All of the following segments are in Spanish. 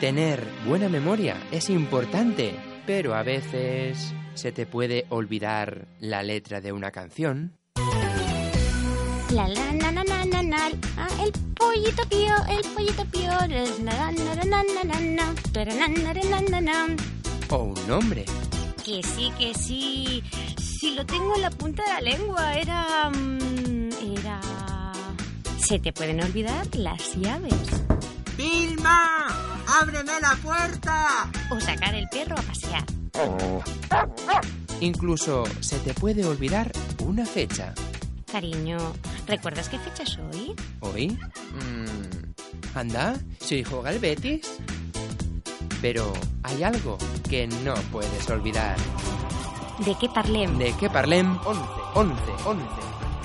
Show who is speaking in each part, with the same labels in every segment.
Speaker 1: Tener buena memoria es importante, pero a veces se te puede olvidar la letra de una canción.
Speaker 2: La la na na na na na. Ah, el pollito pío, el pollito pío. La la na na na na na na. Pero na na na na na na.
Speaker 1: O un nombre.
Speaker 2: Que sí, que sí. Si lo tengo en la punta de la lengua, era. mm, Era. Se te pueden olvidar las llaves.
Speaker 3: ¡Vilma! ¡Ábreme la puerta!
Speaker 2: O sacar el perro a pasear.
Speaker 1: Incluso se te puede olvidar una fecha.
Speaker 2: Cariño, ¿recuerdas qué fecha es hoy?
Speaker 1: ¿Hoy? Mm, anda, si juega el Betis. Pero hay algo que no puedes olvidar.
Speaker 2: ¿De qué parlem?
Speaker 1: De que parlem 11, 11, 11.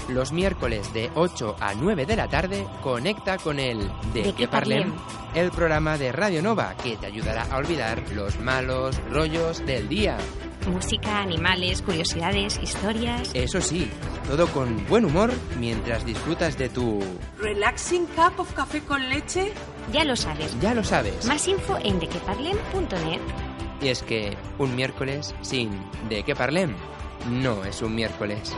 Speaker 1: Los miércoles de 8 a 9 de la tarde conecta con el De,
Speaker 2: ¿De
Speaker 1: que
Speaker 2: qué
Speaker 1: parlem,
Speaker 2: parlem?
Speaker 1: el programa de Radio Nova que te ayudará a olvidar los malos rollos del día.
Speaker 2: Música, animales, curiosidades, historias.
Speaker 1: Eso sí, todo con buen humor mientras disfrutas de tu...
Speaker 4: Relaxing cup of café con leche.
Speaker 2: Ya lo sabes.
Speaker 1: Ya lo sabes.
Speaker 2: Más info en dequeparlem.net.
Speaker 1: Y es que un miércoles sin De que parlem no es un miércoles.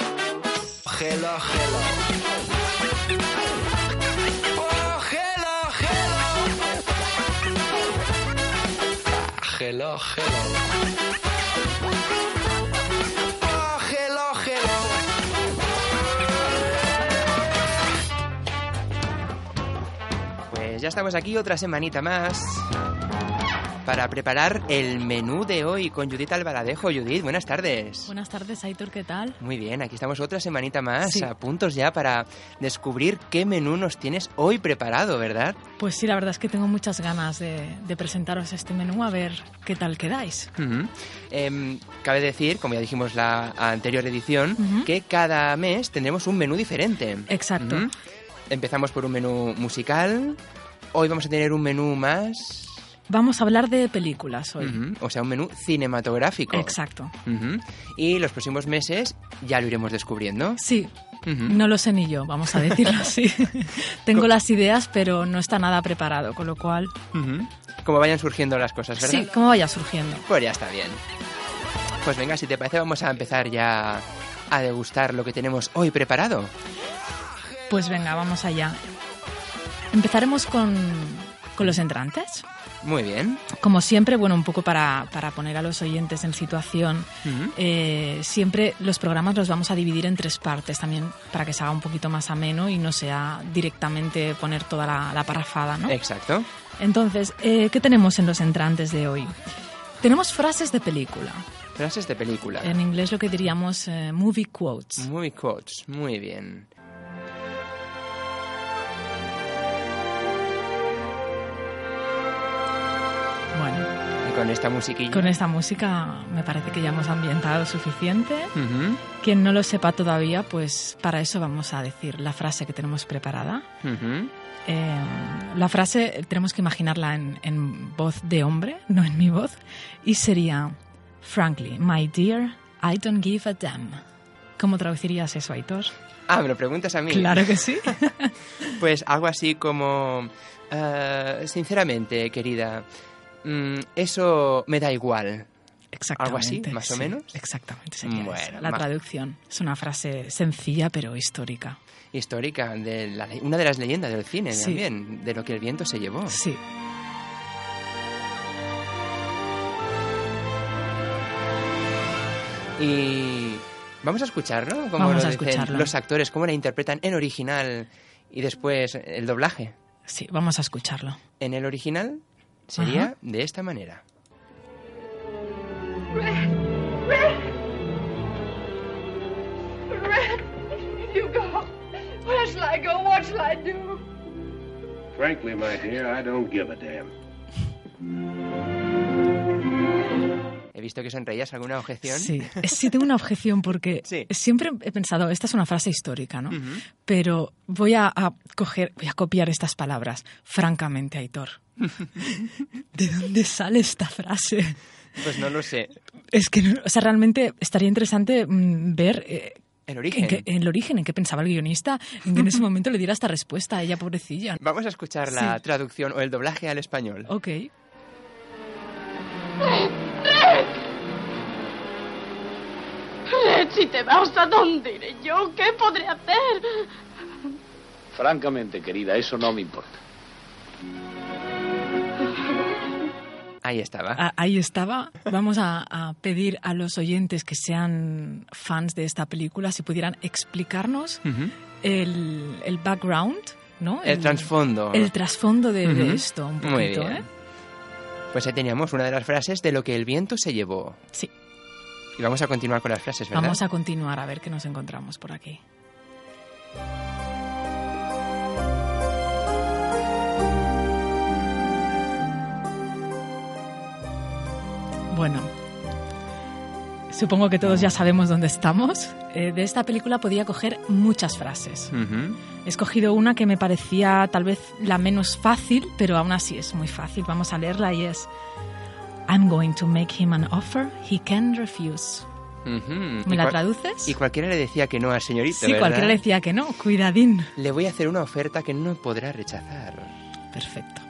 Speaker 5: Hello, hello. Oh, hello, hello. Ah, Hello, hello. Oh, hello, hello.
Speaker 1: Pues ya estamos aquí otra semanita más para preparar el menú de hoy con Judith Albaladejo. Judith, buenas tardes.
Speaker 6: Buenas tardes, Aitor, ¿qué tal?
Speaker 1: Muy bien, aquí estamos otra semanita más,
Speaker 6: Sí.
Speaker 1: a puntos ya para descubrir qué menú nos tienes hoy preparado, ¿verdad?
Speaker 6: Pues sí, la verdad es que tengo muchas ganas de, de presentaros este menú a ver qué tal quedáis.
Speaker 1: Ujú. Em, cabe decir, como ya dijimos la anterior edición,
Speaker 6: Ujú.
Speaker 1: que cada mes tendremos un menú diferente.
Speaker 6: Exacto.
Speaker 1: Ujú. Empezamos por un menú musical, hoy vamos a tener un menú más...
Speaker 6: Vamos a hablar de películas hoy.
Speaker 1: Ujú, O sea, un menú cinematográfico.
Speaker 6: Exacto.
Speaker 1: Ujú. Y los próximos meses ya lo iremos descubriendo.
Speaker 6: Sí,
Speaker 1: Ujú.
Speaker 6: no lo sé ni yo, vamos a decirlo así. tengo las ideas, pero no está nada preparado, con lo cual,
Speaker 1: Ujú. Como vayan surgiendo las cosas, ¿verdad?
Speaker 6: sí, como vaya surgiendo.
Speaker 1: Pues ya está bien. Pues venga, si te parece, vamos a empezar ya a degustar lo que tenemos hoy preparado.
Speaker 6: Pues venga, vamos allá. Empezaremos con, con los entrantes.
Speaker 1: Muy bien.
Speaker 6: Como siempre, bueno, un poco para, para poner a los oyentes en situación,
Speaker 1: Ujú.
Speaker 6: eh, siempre los programas los vamos a dividir en tres partes también para que se haga un poquito más ameno y no sea directamente poner toda la, la parrafada, ¿no?
Speaker 1: Exacto.
Speaker 6: Entonces, eh, ¿qué tenemos en los entrantes de hoy? Tenemos frases de película.
Speaker 1: Frases de película.
Speaker 6: En inglés lo que diríamos eh, movie quotes.
Speaker 1: Muy quotes. Muy bien.
Speaker 6: Bueno,
Speaker 1: Y con esta musiquilla.
Speaker 6: con esta música me parece que ya hemos ambientado suficiente.
Speaker 1: Ujú,
Speaker 6: Quien no lo sepa todavía, pues para eso vamos a decir la frase que tenemos preparada.
Speaker 1: ujú.
Speaker 6: Eh, la frase eh, tenemos que imaginarla en, en voz de hombre, no en mi voz, y sería, frankly, my dear, I don't give a damn. ¿Cómo traducirías eso, Aitor?
Speaker 1: Ah, me lo preguntas a mí.
Speaker 6: Claro que sí.
Speaker 1: Pues algo así como... eh, sinceramente, querida, mm, eso me da igual.
Speaker 6: Exactamente.
Speaker 1: más o
Speaker 6: sí,
Speaker 1: menos.
Speaker 6: Exactamente. sería
Speaker 1: Bueno,
Speaker 6: eso, la
Speaker 1: más-
Speaker 6: traducción. Es una frase sencilla pero histórica.
Speaker 1: Histórica, de la- una de las leyendas del cine
Speaker 6: Sí.
Speaker 1: también, de lo que el viento se llevó.
Speaker 6: Sí.
Speaker 1: Y vamos a escucharlo, como
Speaker 6: Vamos
Speaker 1: lo dicen
Speaker 6: a escucharlo.
Speaker 1: los actores, cómo la interpretan en original y después el doblaje.
Speaker 6: Sí, vamos a escucharlo.
Speaker 1: En el original sería
Speaker 6: Ajá.
Speaker 1: de esta manera.
Speaker 7: Red, you go. Where shall I go? What shall I do?
Speaker 8: Frankly, my dear, I don't give a damn.
Speaker 1: He visto que sonreías alguna objeción.
Speaker 6: Sí, sí tengo una objeción porque
Speaker 1: Sí.
Speaker 6: siempre he pensado, esta es una frase histórica, ¿no?
Speaker 1: Ujú.
Speaker 6: Pero voy a, a coger, voy a copiar estas palabras, francamente, Aitor. ¿De dónde sale esta frase?
Speaker 1: Pues no lo sé.
Speaker 6: Es que, no- o sea, realmente estaría interesante mm, ver eh,
Speaker 1: El
Speaker 6: en
Speaker 1: origen.
Speaker 6: qué- el origen, en qué pensaba el guionista, en que en ese momento le diera esta respuesta a ella, pobrecilla.
Speaker 1: Vamos a escuchar la
Speaker 6: Sí. Oh.
Speaker 1: traducción o el doblaje al español.
Speaker 6: Ok.
Speaker 7: Led, si te vas, ¿a dónde iré yo? ¿Qué podré hacer?
Speaker 9: Francamente, querida, eso no me importa.
Speaker 1: Ahí estaba.
Speaker 6: A- Ahí estaba. Vamos a, a pedir a los oyentes que sean fans de esta película si pudieran explicarnos
Speaker 1: Ujú.
Speaker 6: el, el background, ¿no?
Speaker 1: El trasfondo.
Speaker 6: El trasfondo de, de
Speaker 1: Ujú.
Speaker 6: esto, un poquito,
Speaker 1: Muy bien.
Speaker 6: ¿eh?
Speaker 1: Pues ahí teníamos una de las frases de lo que el viento se llevó.
Speaker 6: Sí.
Speaker 1: Y vamos a continuar con las frases, ¿verdad?
Speaker 6: Vamos a continuar a ver qué nos encontramos por aquí. Bueno, supongo que todos ya sabemos dónde estamos. Eh, de esta película podía coger muchas frases.
Speaker 1: Ujú.
Speaker 6: He escogido una que me parecía tal vez la menos fácil, pero aún así es muy fácil. Vamos a leerla y es I'm going to make him an offer he can refuse.
Speaker 1: Ujú.
Speaker 6: ¿Me
Speaker 1: Y
Speaker 6: la
Speaker 1: cua-
Speaker 6: traduces?
Speaker 1: Y cualquiera le decía que no al señorito,
Speaker 6: sí,
Speaker 1: ¿verdad?
Speaker 6: cualquiera le decía que no. Cuidadín.
Speaker 1: Le voy a hacer una oferta que no podrá rechazar.
Speaker 6: Perfecto.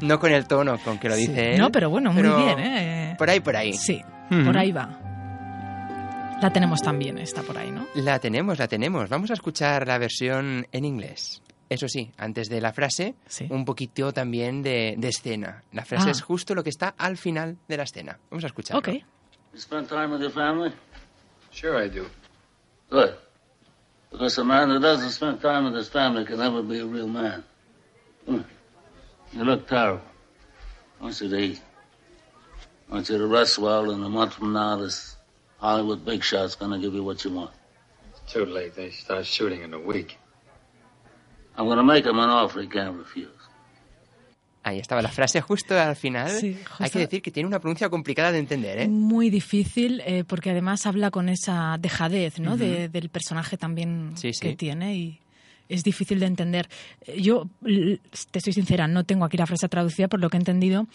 Speaker 1: no con el tono con que lo
Speaker 6: Sí.
Speaker 1: dice él.
Speaker 6: No, pero bueno, muy
Speaker 1: pero
Speaker 6: bien, ¿eh?
Speaker 1: Por ahí, por ahí.
Speaker 6: Sí,
Speaker 1: Ujú.
Speaker 6: por ahí va. La tenemos también, está por ahí, ¿no?
Speaker 1: La tenemos, la tenemos. Vamos a escuchar la versión en inglés. Eso sí, antes de la frase,
Speaker 6: Sí.
Speaker 1: un poquito también de, de escena. La frase
Speaker 6: Ah.
Speaker 1: es justo lo que está al final de la escena. Vamos a escucharlo.
Speaker 6: Ok.
Speaker 9: You spend time with your family?
Speaker 8: Sure, I do.
Speaker 9: Good. Because a man who doesn't spend time with his family can never be a real man. Hmm. You look terrible. I want you to eat. I want you to rest well, and a month from now, this Hollywood big shot's gonna give you what you want.
Speaker 8: It's too late. They start shooting in a week.
Speaker 9: I'm gonna make him an offer he can't refuse.
Speaker 1: Ahí estaba la frase justo al final.
Speaker 6: Sí, justo.
Speaker 1: Hay que decir que tiene una pronuncia complicada de entender, ¿eh?
Speaker 6: Muy difícil, eh, porque además habla con esa dejadez, ¿no? De- del personaje también
Speaker 1: Sí, sí.
Speaker 6: que tiene y es difícil de entender. Eh, Yo, l- te soy sincera, no tengo aquí la frase traducida, por lo que he entendido.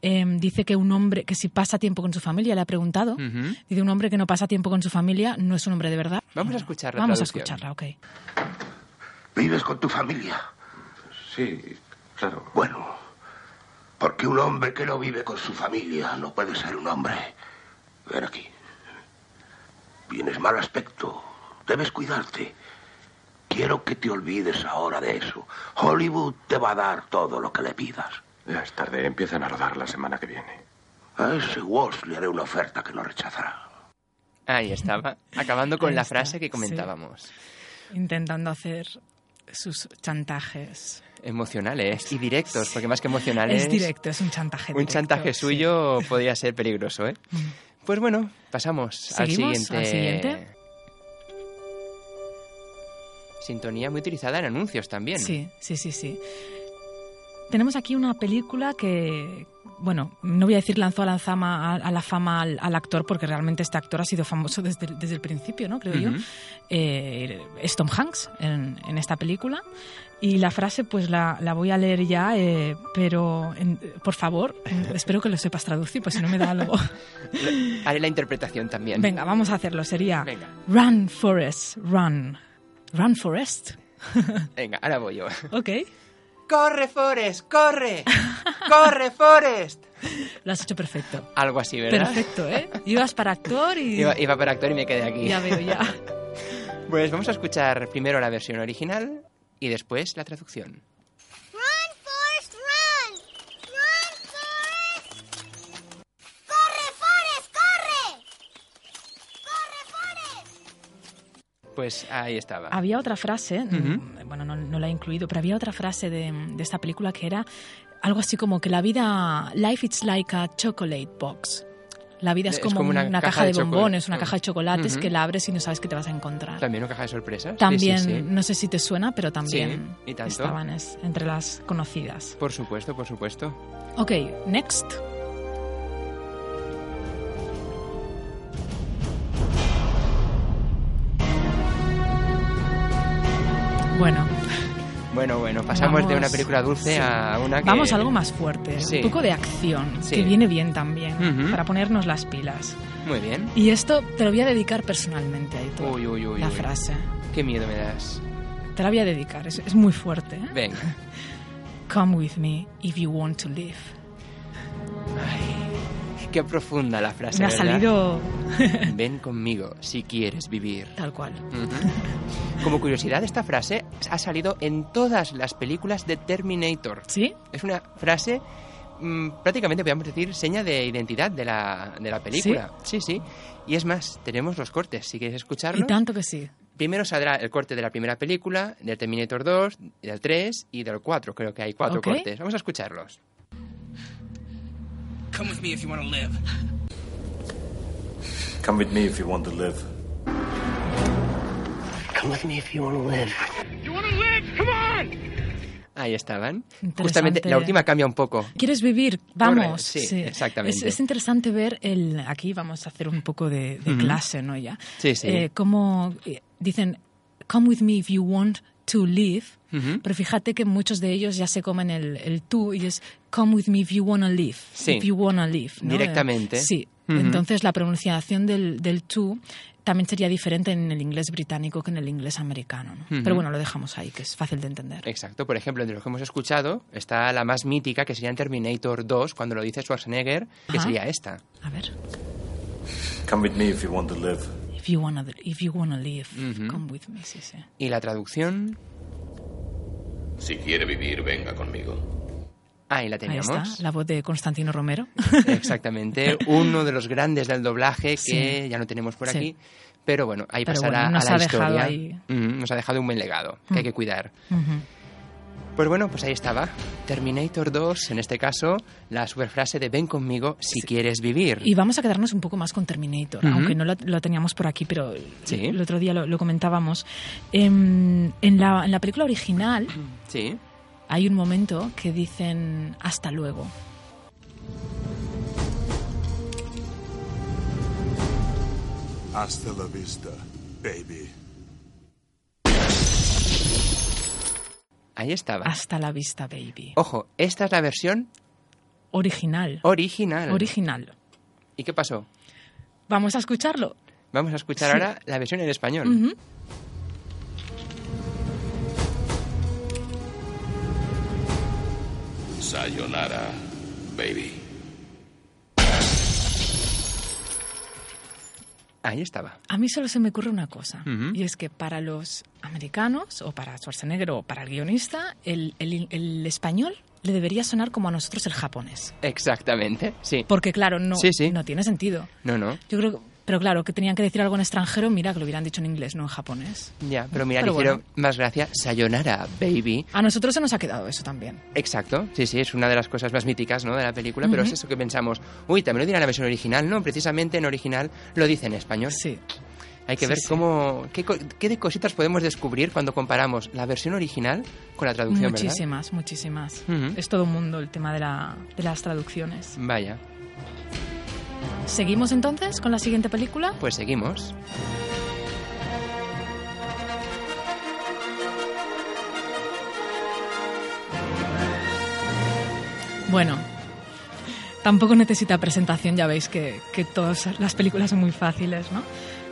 Speaker 6: eh, dice que un hombre que si pasa tiempo con su familia, le ha preguntado,
Speaker 1: Ujú.
Speaker 6: dice un hombre que no pasa tiempo con su familia no es un hombre de verdad.
Speaker 1: Vamos a escuchar la
Speaker 6: Vamos a
Speaker 1: traducción.
Speaker 6: escucharla, ok.
Speaker 10: ¿Vives con tu familia?
Speaker 8: Sí, claro.
Speaker 10: Bueno, porque un hombre que no vive con su familia no puede ser un hombre. Ven aquí. Tienes mal aspecto. Debes cuidarte. Quiero que te olvides ahora de eso. Hollywood te va a dar todo lo que le pidas.
Speaker 8: Ya es tarde. Empiezan a rodar la semana que viene.
Speaker 10: A ese Walsh le haré una oferta que no rechazará.
Speaker 1: Ahí estaba, acabando con
Speaker 6: Ahí
Speaker 1: la
Speaker 6: está,
Speaker 1: frase que
Speaker 6: sí.
Speaker 1: comentábamos.
Speaker 6: Intentando hacer sus chantajes.
Speaker 1: Emocionales y directos, porque más que emocionales,
Speaker 6: Es directo, es un chantaje.
Speaker 1: un
Speaker 6: directo,
Speaker 1: chantaje
Speaker 6: sí. Mm.
Speaker 1: suyo podría ser peligroso, ¿eh? Pues bueno, pasamos al
Speaker 6: ¿Seguimos
Speaker 1: siguiente...
Speaker 6: al siguiente?
Speaker 1: Sintonía muy utilizada en anuncios también.
Speaker 6: Sí, sí, sí, sí. Tenemos aquí una película que, bueno, no voy a decir lanzó a la fama, a, a la fama al, al actor, porque realmente este actor ha sido famoso desde, el- desde el principio, ¿no? Creo yo.
Speaker 1: Ujú.
Speaker 6: Eh, es Tom Hanks en, en esta película. Y la frase, pues la, la voy a leer ya, eh, pero en- por favor, espero que lo sepas traducir, pues si no me da algo.
Speaker 1: Lo- Haré la interpretación también.
Speaker 6: Venga, vamos a hacerlo. Sería
Speaker 1: Venga.
Speaker 6: Run, Forest, run. Run, Forest.
Speaker 1: Venga, ahora voy yo.
Speaker 6: Ok.
Speaker 1: ¡Corre, Forest! ¡Corre! ¡Corre, Forest!
Speaker 6: Lo has hecho perfecto.
Speaker 1: Algo así, ¿verdad?
Speaker 6: Perfecto, ¿eh? Ibas para actor y...
Speaker 1: Iba, iba para actor y me quedé aquí.
Speaker 6: Ya veo, ya.
Speaker 1: Pues vamos a escuchar primero la versión original y después la traducción.
Speaker 2: Run, Forrest, run! Run, Forrest! ¡Corre, Forrest, corre! ¡Corre, Forrest!
Speaker 1: Pues ahí estaba.
Speaker 6: Había otra frase, mm, bueno, no, no la he incluido, pero había otra frase de, de esta película que era algo así como que la vida... Life it's like a chocolate box. La vida es
Speaker 1: Es
Speaker 6: como,
Speaker 1: como una
Speaker 6: caja,
Speaker 1: caja
Speaker 6: de,
Speaker 1: de chocolate.
Speaker 6: bombones,
Speaker 1: Mm.
Speaker 6: una caja de chocolates
Speaker 1: Ujú.
Speaker 6: que la abres y no sabes qué te vas a encontrar.
Speaker 1: También una caja de sorpresas. Sí,
Speaker 6: También,
Speaker 1: sí, sí.
Speaker 6: no sé si te suena, pero también
Speaker 1: Sí, ¿y tanto?
Speaker 6: estaban es- entre las conocidas.
Speaker 1: Por supuesto, por supuesto.
Speaker 6: Ok, next. Bueno,
Speaker 1: Bueno, bueno, pasamos de
Speaker 6: Vamos.
Speaker 1: una película dulce
Speaker 6: Sí.
Speaker 1: a una que...
Speaker 6: vamos a algo más fuerte,
Speaker 1: Sí.
Speaker 6: un poco de acción,
Speaker 1: Sí.
Speaker 6: que viene bien también,
Speaker 1: Ujú.
Speaker 6: para ponernos las pilas.
Speaker 1: Muy bien.
Speaker 6: Y esto te lo voy a dedicar personalmente, Aitor.
Speaker 1: Uy, uy, uy.
Speaker 6: la
Speaker 1: uy.
Speaker 6: frase.
Speaker 1: Qué miedo me das.
Speaker 6: Te la voy a dedicar, es, es muy fuerte. ¿eh?
Speaker 1: Venga.
Speaker 6: Come with me if you want to live.
Speaker 1: Qué profunda la frase,
Speaker 6: Me ha
Speaker 1: ¿verdad?
Speaker 6: salido
Speaker 1: Ven conmigo si quieres vivir.
Speaker 6: tal cual.
Speaker 1: Mm. Ujú. Como curiosidad, esta frase ha salido en todas las películas de Terminator.
Speaker 6: ¿Sí?
Speaker 1: Es una frase mm, prácticamente, podríamos decir, seña de identidad de la, de la película. ¿Sí? sí, Y es más, tenemos los cortes. Si quieres escucharlos,
Speaker 6: Y tanto que sí.
Speaker 1: primero saldrá el corte de la primera película, del Terminator 2, del 3 y del 4. Creo que hay cuatro
Speaker 6: Ok.
Speaker 1: cortes. Vamos a escucharlos.
Speaker 11: Come with me if you want to live.
Speaker 12: Come with me if you want to live.
Speaker 5: Come with me if you want to live.
Speaker 1: Ahí estaban. Justamente la última cambia un poco.
Speaker 6: ¿Quieres vivir? Vamos.
Speaker 1: Corre, sí, exactamente.
Speaker 6: Es, es interesante ver el. Aquí vamos a hacer un poco de, de
Speaker 1: Ujú.
Speaker 6: clase, ¿no? Ya.
Speaker 1: Sí, sí.
Speaker 6: Eh, como eh, dicen, come with me if you want to live.
Speaker 1: Ujú.
Speaker 6: Pero fíjate que muchos de ellos ya se comen el, el tú y es come with me if you wanna live.
Speaker 1: Sí.
Speaker 6: If you wanna live. ¿no?
Speaker 1: Directamente.
Speaker 6: Eh, sí.
Speaker 1: Ujú.
Speaker 6: Entonces la pronunciación del, del tú también sería diferente en el inglés británico que en el inglés americano. ¿no?
Speaker 1: Ujú.
Speaker 6: Pero bueno, lo dejamos ahí, que es fácil de entender.
Speaker 1: Exacto, por ejemplo, entre los que hemos escuchado está la más mítica que sería en Terminator 2, cuando lo dice Schwarzenegger, que
Speaker 6: Ajá.
Speaker 1: sería esta.
Speaker 6: A ver.
Speaker 12: Come with me if you want to live.
Speaker 6: If you wanna, if you wanna live,
Speaker 1: Ujú.
Speaker 6: come with me. Sí, sí.
Speaker 1: Y la traducción,
Speaker 13: Si quiere vivir, venga conmigo.
Speaker 1: ahí la tenemos.
Speaker 6: Ahí está, la voz de Constantino Romero.
Speaker 1: Exactamente, uno de los grandes del doblaje que
Speaker 6: Sí.
Speaker 1: ya no tenemos por
Speaker 6: Sí.
Speaker 1: aquí. Pero bueno, ahí
Speaker 6: Pero
Speaker 1: pasará
Speaker 6: bueno, nos
Speaker 1: a la
Speaker 6: ha dejado
Speaker 1: historia.
Speaker 6: ahí. Mm.
Speaker 1: Ujú, nos ha dejado un buen legado que hay que cuidar.
Speaker 6: Ujú.
Speaker 1: Pues bueno, pues ahí estaba. Terminator 2, en este caso, la superfrase de ven conmigo si quieres vivir.
Speaker 6: Y vamos a quedarnos un poco más con Terminator,
Speaker 1: Ujú.
Speaker 6: aunque no lo, lo teníamos por aquí, pero
Speaker 1: Sí.
Speaker 6: el otro día lo, lo comentábamos. Em, en, la, en la película original
Speaker 1: Sí.
Speaker 6: hay un momento que dicen hasta luego.
Speaker 14: Hasta la vista, baby.
Speaker 1: Ahí estaba.
Speaker 6: Hasta la vista, baby.
Speaker 1: Ojo, esta es la versión
Speaker 6: Original.
Speaker 1: original.
Speaker 6: Original.
Speaker 1: ¿Y qué pasó?
Speaker 6: Vamos a escucharlo.
Speaker 1: Vamos a escuchar
Speaker 6: Sí.
Speaker 1: ahora la versión en español.
Speaker 6: Ujú.
Speaker 13: Sayonara, baby.
Speaker 1: Ahí estaba.
Speaker 6: A mí solo se me ocurre una cosa,
Speaker 1: Ujú.
Speaker 6: y es que para los americanos, o para Schwarzenegger, o para el guionista, el, el- el español le debería sonar como a nosotros el japonés.
Speaker 1: Exactamente, sí.
Speaker 6: Porque claro, no,
Speaker 1: Sí, sí.
Speaker 6: no tiene sentido.
Speaker 1: No, no.
Speaker 6: Yo creo que- pero claro, que tenían que decir algo en extranjero, mira, que lo hubieran dicho en inglés, no en japonés.
Speaker 1: Ya, pero mira,
Speaker 6: Pero
Speaker 1: le hicieron más gracia Sayonara, baby.
Speaker 6: A nosotros se nos ha quedado eso también.
Speaker 1: Exacto, sí, sí, es una de las cosas más míticas ¿no? de la película, pero
Speaker 6: Ujú.
Speaker 1: es eso que pensamos, uy, también lo dirán en la versión original, ¿no? Precisamente en original lo dice en español.
Speaker 6: Sí.
Speaker 1: Hay que
Speaker 6: Sí,
Speaker 1: ver
Speaker 6: sí.
Speaker 1: cómo, qué, co- qué de cositas podemos descubrir cuando comparamos la versión original con la traducción, ¿verdad?
Speaker 6: muchísimas, muchísimas.
Speaker 1: Ujú.
Speaker 6: Es todo un mundo el tema de, la- de las traducciones.
Speaker 1: Vaya,
Speaker 6: ¿Seguimos entonces con la siguiente película?
Speaker 1: pues seguimos.
Speaker 6: Bueno, tampoco necesita presentación, ya veis que, que todas las películas son muy fáciles, ¿no?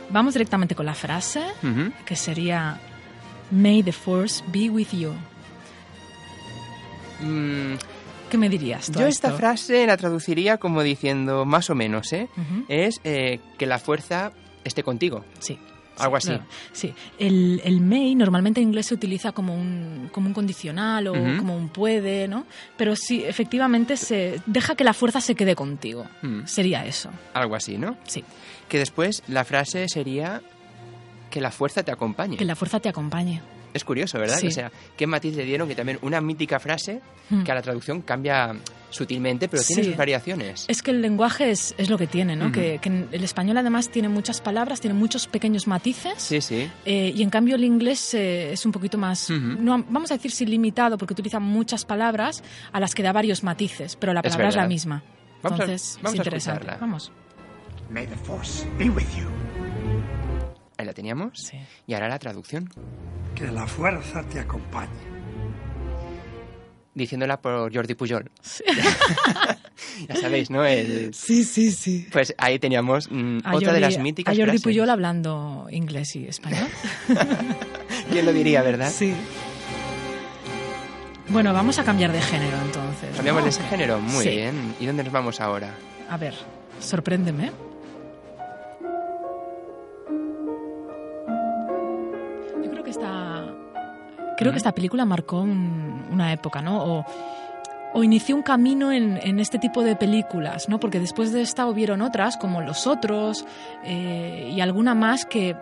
Speaker 6: Vamos directamente con la frase,
Speaker 1: Ujú.
Speaker 6: que sería May the Force be with you.
Speaker 1: Mm,
Speaker 6: ¿Qué me dirías tú?
Speaker 1: Yo
Speaker 6: a
Speaker 1: esta
Speaker 6: esto?
Speaker 1: frase la traduciría como diciendo, más o menos, ¿eh?
Speaker 6: Ujú.
Speaker 1: Es eh, que la fuerza esté contigo.
Speaker 6: Sí.
Speaker 1: Algo así.
Speaker 6: claro. Sí, el, el may normalmente en inglés se utiliza como un, como un condicional o
Speaker 1: Ujú.
Speaker 6: como un puede, ¿no? Pero sí, efectivamente se deja que la fuerza se quede contigo.
Speaker 1: Mm.
Speaker 6: Sería eso.
Speaker 1: Algo así, ¿no?
Speaker 6: Sí.
Speaker 1: Que después la frase sería que la fuerza te acompañe.
Speaker 6: Que la fuerza te acompañe.
Speaker 1: Es curioso, ¿verdad?
Speaker 6: Sí.
Speaker 1: O sea, qué matiz le dieron que también una mítica frase
Speaker 6: Mm.
Speaker 1: que a la traducción cambia sutilmente, pero tiene
Speaker 6: Sí.
Speaker 1: sus variaciones.
Speaker 6: Es que el lenguaje es, es lo que tiene, ¿no?
Speaker 1: Ujú.
Speaker 6: que, que en- el español además tiene muchas palabras, tiene muchos pequeños matices.
Speaker 1: Sí, sí.
Speaker 6: eh, y en cambio el inglés eh, es un poquito más,
Speaker 1: Ujú.
Speaker 6: no, vamos a decir si limitado, porque utiliza muchas palabras a las que da varios matices, pero la
Speaker 1: Es
Speaker 6: palabra es, la
Speaker 1: verdad.
Speaker 6: misma.
Speaker 1: Vamos a-
Speaker 6: Entonces
Speaker 1: vamos
Speaker 6: es
Speaker 1: a
Speaker 6: interesante.
Speaker 1: escucharla.
Speaker 6: vamos.
Speaker 3: May the force be with you.
Speaker 1: Ahí la teníamos.
Speaker 6: Sí.
Speaker 1: Y ahora la traducción.
Speaker 11: Que la fuerza te acompañe.
Speaker 1: Diciéndola por Jordi Pujol. ya sabéis, ¿no? El-
Speaker 6: Sí, sí, sí.
Speaker 1: Pues ahí teníamos mm,
Speaker 6: A
Speaker 1: otra de
Speaker 6: Jordi-
Speaker 1: las míticas.
Speaker 6: A Jordi
Speaker 1: frases.
Speaker 6: Puyol hablando inglés y español.
Speaker 1: ¿Quién lo diría, verdad?
Speaker 6: Sí. Bueno, vamos a cambiar de género entonces. ¿no?
Speaker 1: Cambiamos de ese género. Muy
Speaker 6: Sí.
Speaker 1: bien. ¿Y dónde nos vamos ahora?
Speaker 6: A ver, sorpréndeme. Yo creo que esta, creo que esta película marcó un- una época, ¿no? O, o inició un camino en, en este tipo de películas, ¿no? Porque después de esta hubieron otras, como Los Otros, eh, y alguna más que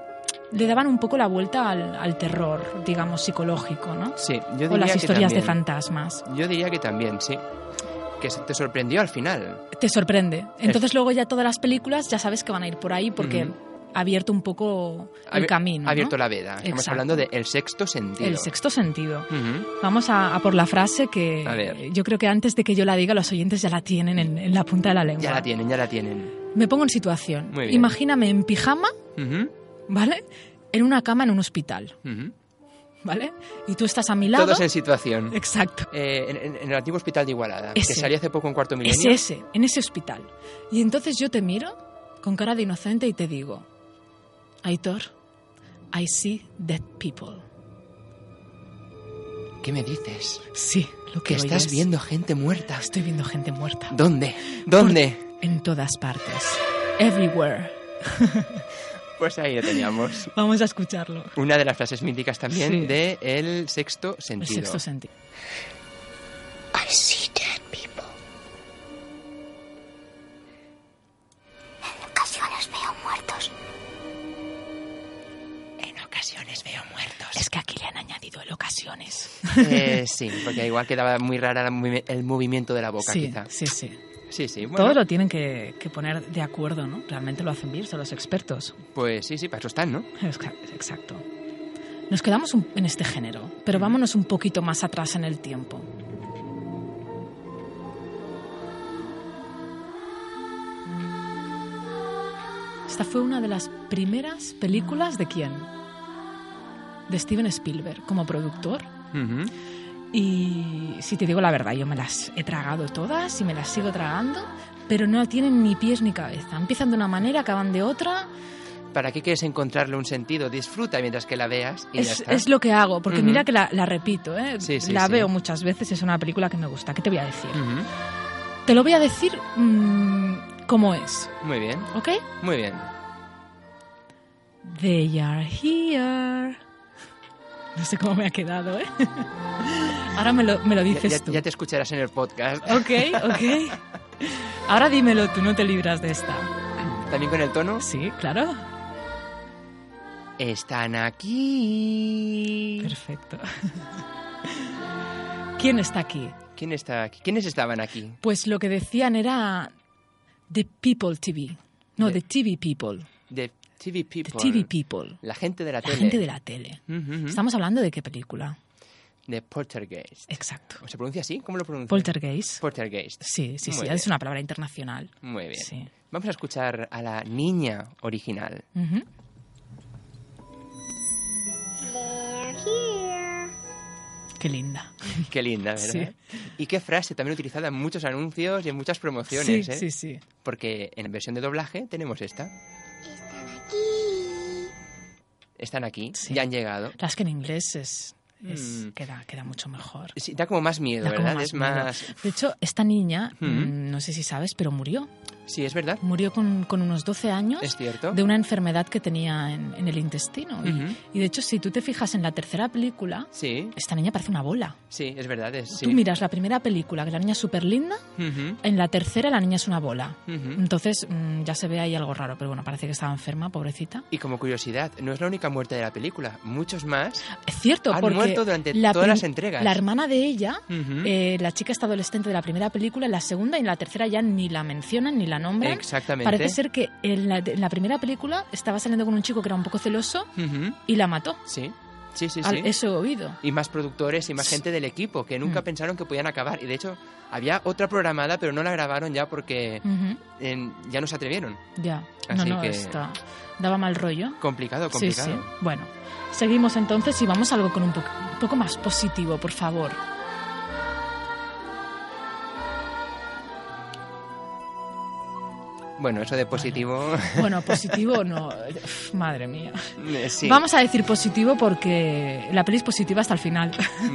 Speaker 6: le daban un poco la vuelta al, al terror, digamos, psicológico, ¿no?
Speaker 1: Sí, yo diría
Speaker 6: o las
Speaker 1: que
Speaker 6: historias de
Speaker 1: también.
Speaker 6: fantasmas.
Speaker 1: Yo diría que también, sí. Que se- te sorprendió al final.
Speaker 6: te sorprende. Entonces luego ya todas las películas ya sabes que van a ir por ahí porque
Speaker 1: Ujú.
Speaker 6: ha abierto un poco el
Speaker 1: Abi-
Speaker 6: camino. ¿no?
Speaker 1: Ha abierto la veda. Estamos
Speaker 6: Exacto.
Speaker 1: hablando de el sexto sentido.
Speaker 6: El sexto sentido.
Speaker 1: Ujú.
Speaker 6: Vamos a, a por la frase que
Speaker 1: A ver.
Speaker 6: yo creo que antes de que yo la diga los oyentes ya la tienen en, en la punta de la lengua.
Speaker 1: Ya la tienen, ya la tienen.
Speaker 6: Me pongo en situación.
Speaker 1: Muy bien.
Speaker 6: Imagíname en pijama,
Speaker 1: Ujú,
Speaker 6: ¿vale? En una cama en un hospital,
Speaker 1: ujú.
Speaker 6: ¿vale? Y tú estás a mi lado.
Speaker 1: Todos en situación.
Speaker 6: Exacto.
Speaker 1: Eh, en, en- en el antiguo hospital de Igualada,
Speaker 6: Ese.
Speaker 1: que salía hace poco en cuarto
Speaker 6: Es
Speaker 1: milenio.
Speaker 6: ese, en ese hospital. Y entonces yo te miro con cara de inocente y te digo, Aitor, I see dead people.
Speaker 1: ¿Qué me dices?
Speaker 6: Sí, lo que
Speaker 1: Que estás
Speaker 6: oyes.
Speaker 1: viendo gente muerta.
Speaker 6: Estoy viendo gente muerta.
Speaker 1: ¿Dónde? ¿Dónde?
Speaker 6: En todas partes. Everywhere.
Speaker 1: Pues ahí lo teníamos.
Speaker 6: Vamos a escucharlo.
Speaker 1: Una de las frases míticas también
Speaker 6: Sí.
Speaker 1: de El sexto
Speaker 6: El
Speaker 1: sentido.
Speaker 6: sexto sentido.
Speaker 5: I see dead people. En ocasiones veo muertos.
Speaker 1: En ocasiones veo muertos.
Speaker 6: Es que aquí le han añadido el ocasiones.
Speaker 1: Eh, sí, porque igual quedaba muy rara la movi- el movimiento de la boca,
Speaker 6: sí,
Speaker 1: quizá.
Speaker 6: sí, sí.
Speaker 1: Sí, sí. Bueno,
Speaker 6: Todo lo tienen que, que poner de acuerdo, ¿no? Realmente lo hacen bien, son los expertos.
Speaker 1: Pues sí, sí, para eso están, ¿no?
Speaker 6: Esca- Exacto. Nos quedamos un- en este género, pero vámonos un poquito más atrás en el tiempo. Esta fue una de las primeras películas de quién? De Steven Spielberg como productor.
Speaker 1: Ujú.
Speaker 6: Y si te digo la verdad, yo me las he tragado todas y me las sigo tragando, pero no tienen ni pies ni cabeza. Empiezan de una manera, acaban de otra.
Speaker 1: ¿Para qué quieres encontrarle un sentido? Disfruta mientras que la veas y ya
Speaker 6: Es,
Speaker 1: está.
Speaker 6: es lo que hago, porque
Speaker 1: Ujú.
Speaker 6: mira que la, la repito, ¿eh?
Speaker 1: Sí, sí,
Speaker 6: la
Speaker 1: sí.
Speaker 6: veo muchas veces, es una película que me gusta. ¿Qué te voy a decir?
Speaker 1: Ujú.
Speaker 6: Te lo voy a decir mm, como es,
Speaker 1: Muy bien,
Speaker 6: ¿ok?
Speaker 1: muy bien.
Speaker 6: They are here. No sé cómo me ha quedado, ¿eh? Ahora me lo, me lo
Speaker 1: Ya,
Speaker 6: dices
Speaker 1: ya-
Speaker 6: tú.
Speaker 1: ya te escucharás en el podcast.
Speaker 6: Ok, ok. Ahora dímelo tú, no te libras de esta.
Speaker 1: También con el tono.
Speaker 6: Sí, claro.
Speaker 1: Están aquí.
Speaker 6: Perfecto. ¿Quién está aquí?
Speaker 1: ¿Quién está aquí? ¿Quiénes estaban aquí?
Speaker 6: Pues lo que decían era The People TV. No, The TV People.
Speaker 1: The TV People.
Speaker 6: The TV People.
Speaker 1: La gente de la,
Speaker 6: La
Speaker 1: tele. ¿Mm?
Speaker 6: gente de la tele.
Speaker 1: Ujú, ujú.
Speaker 6: Estamos hablando de qué película.
Speaker 1: De Poltergeist.
Speaker 6: Exacto.
Speaker 1: ¿Se pronuncia así? ¿Cómo lo pronuncia?
Speaker 6: Poltergeist.
Speaker 1: Poltergeist.
Speaker 6: Sí, sí, sí.
Speaker 1: Pues Muy
Speaker 6: Es
Speaker 1: bien.
Speaker 6: una palabra internacional.
Speaker 1: Muy bien.
Speaker 6: Sí.
Speaker 1: Vamos a escuchar a la niña original.
Speaker 6: Ujú.
Speaker 2: They're here.
Speaker 6: Qué linda.
Speaker 1: Qué linda, ¿verdad? Y qué frase también utilizada en muchos anuncios y en muchas
Speaker 6: Sí,
Speaker 1: promociones, ¿eh?
Speaker 6: sí, sí.
Speaker 1: Porque en la versión de doblaje tenemos esta. Están aquí,
Speaker 6: Sí.
Speaker 1: ya han llegado.
Speaker 6: La es que en inglés es, es-
Speaker 1: Mm.
Speaker 6: queda, queda mucho mejor.
Speaker 1: Sí, da como más miedo,
Speaker 6: Da como
Speaker 1: ¿verdad?
Speaker 6: más
Speaker 1: es
Speaker 6: miedo.
Speaker 1: más...
Speaker 6: De hecho, esta niña,
Speaker 1: Ujú.
Speaker 6: mm, no sé si sabes, pero murió.
Speaker 1: Sí, es verdad.
Speaker 6: Murió con, con unos 12 años
Speaker 1: Es cierto.
Speaker 6: de una enfermedad que tenía en, en el intestino. Y-
Speaker 1: Ujú.
Speaker 6: y, de hecho, si tú te fijas en la tercera película,
Speaker 1: Sí,
Speaker 6: esta niña parece una bola.
Speaker 1: sí, es verdad. Es, sí.
Speaker 6: Tú miras la primera película, que la niña es súper linda,
Speaker 1: Ujú,
Speaker 6: en la tercera la niña es una bola.
Speaker 1: ujú.
Speaker 6: Entonces mm, ya se ve ahí algo raro, pero bueno, parece que estaba enferma, pobrecita.
Speaker 1: Y como curiosidad, no es la única muerte de la película. Muchos más.
Speaker 6: Es cierto,
Speaker 1: Han
Speaker 6: porque
Speaker 1: muerto durante
Speaker 6: la
Speaker 1: todas
Speaker 6: prim-
Speaker 1: las entregas.
Speaker 6: La hermana de ella,
Speaker 1: Ujú.
Speaker 6: eh, la chica esta adolescente de la primera película, en la segunda y en la tercera ya ni la mencionan ni la nombran.
Speaker 1: Exactamente.
Speaker 6: Parece ser que en la, en la primera película estaba saliendo con un chico que era un poco celoso
Speaker 1: Ujú,
Speaker 6: y la mató.
Speaker 1: Sí. Sí, sí,
Speaker 6: Al-
Speaker 1: sí.
Speaker 6: Eso he oído.
Speaker 1: Y más productores y más gente del equipo que nunca
Speaker 6: Mm.
Speaker 1: pensaron que podían acabar. Y de hecho, había otra programada, pero no la grabaron ya porque
Speaker 6: Ujú.
Speaker 1: en- ya no se atrevieron.
Speaker 6: Ya.
Speaker 1: Así
Speaker 6: no, no,
Speaker 1: que-
Speaker 6: está- Daba mal rollo.
Speaker 1: Complicado,
Speaker 6: Sí,
Speaker 1: complicado.
Speaker 6: sí. Bueno, seguimos entonces y vamos a algo con un, po- un poco más positivo, por favor.
Speaker 1: Bueno, eso de positivo.
Speaker 6: Bueno, positivo no. Uf, Madre mía.
Speaker 1: Eh, sí.
Speaker 6: Vamos a decir positivo porque la peli es positiva hasta el final.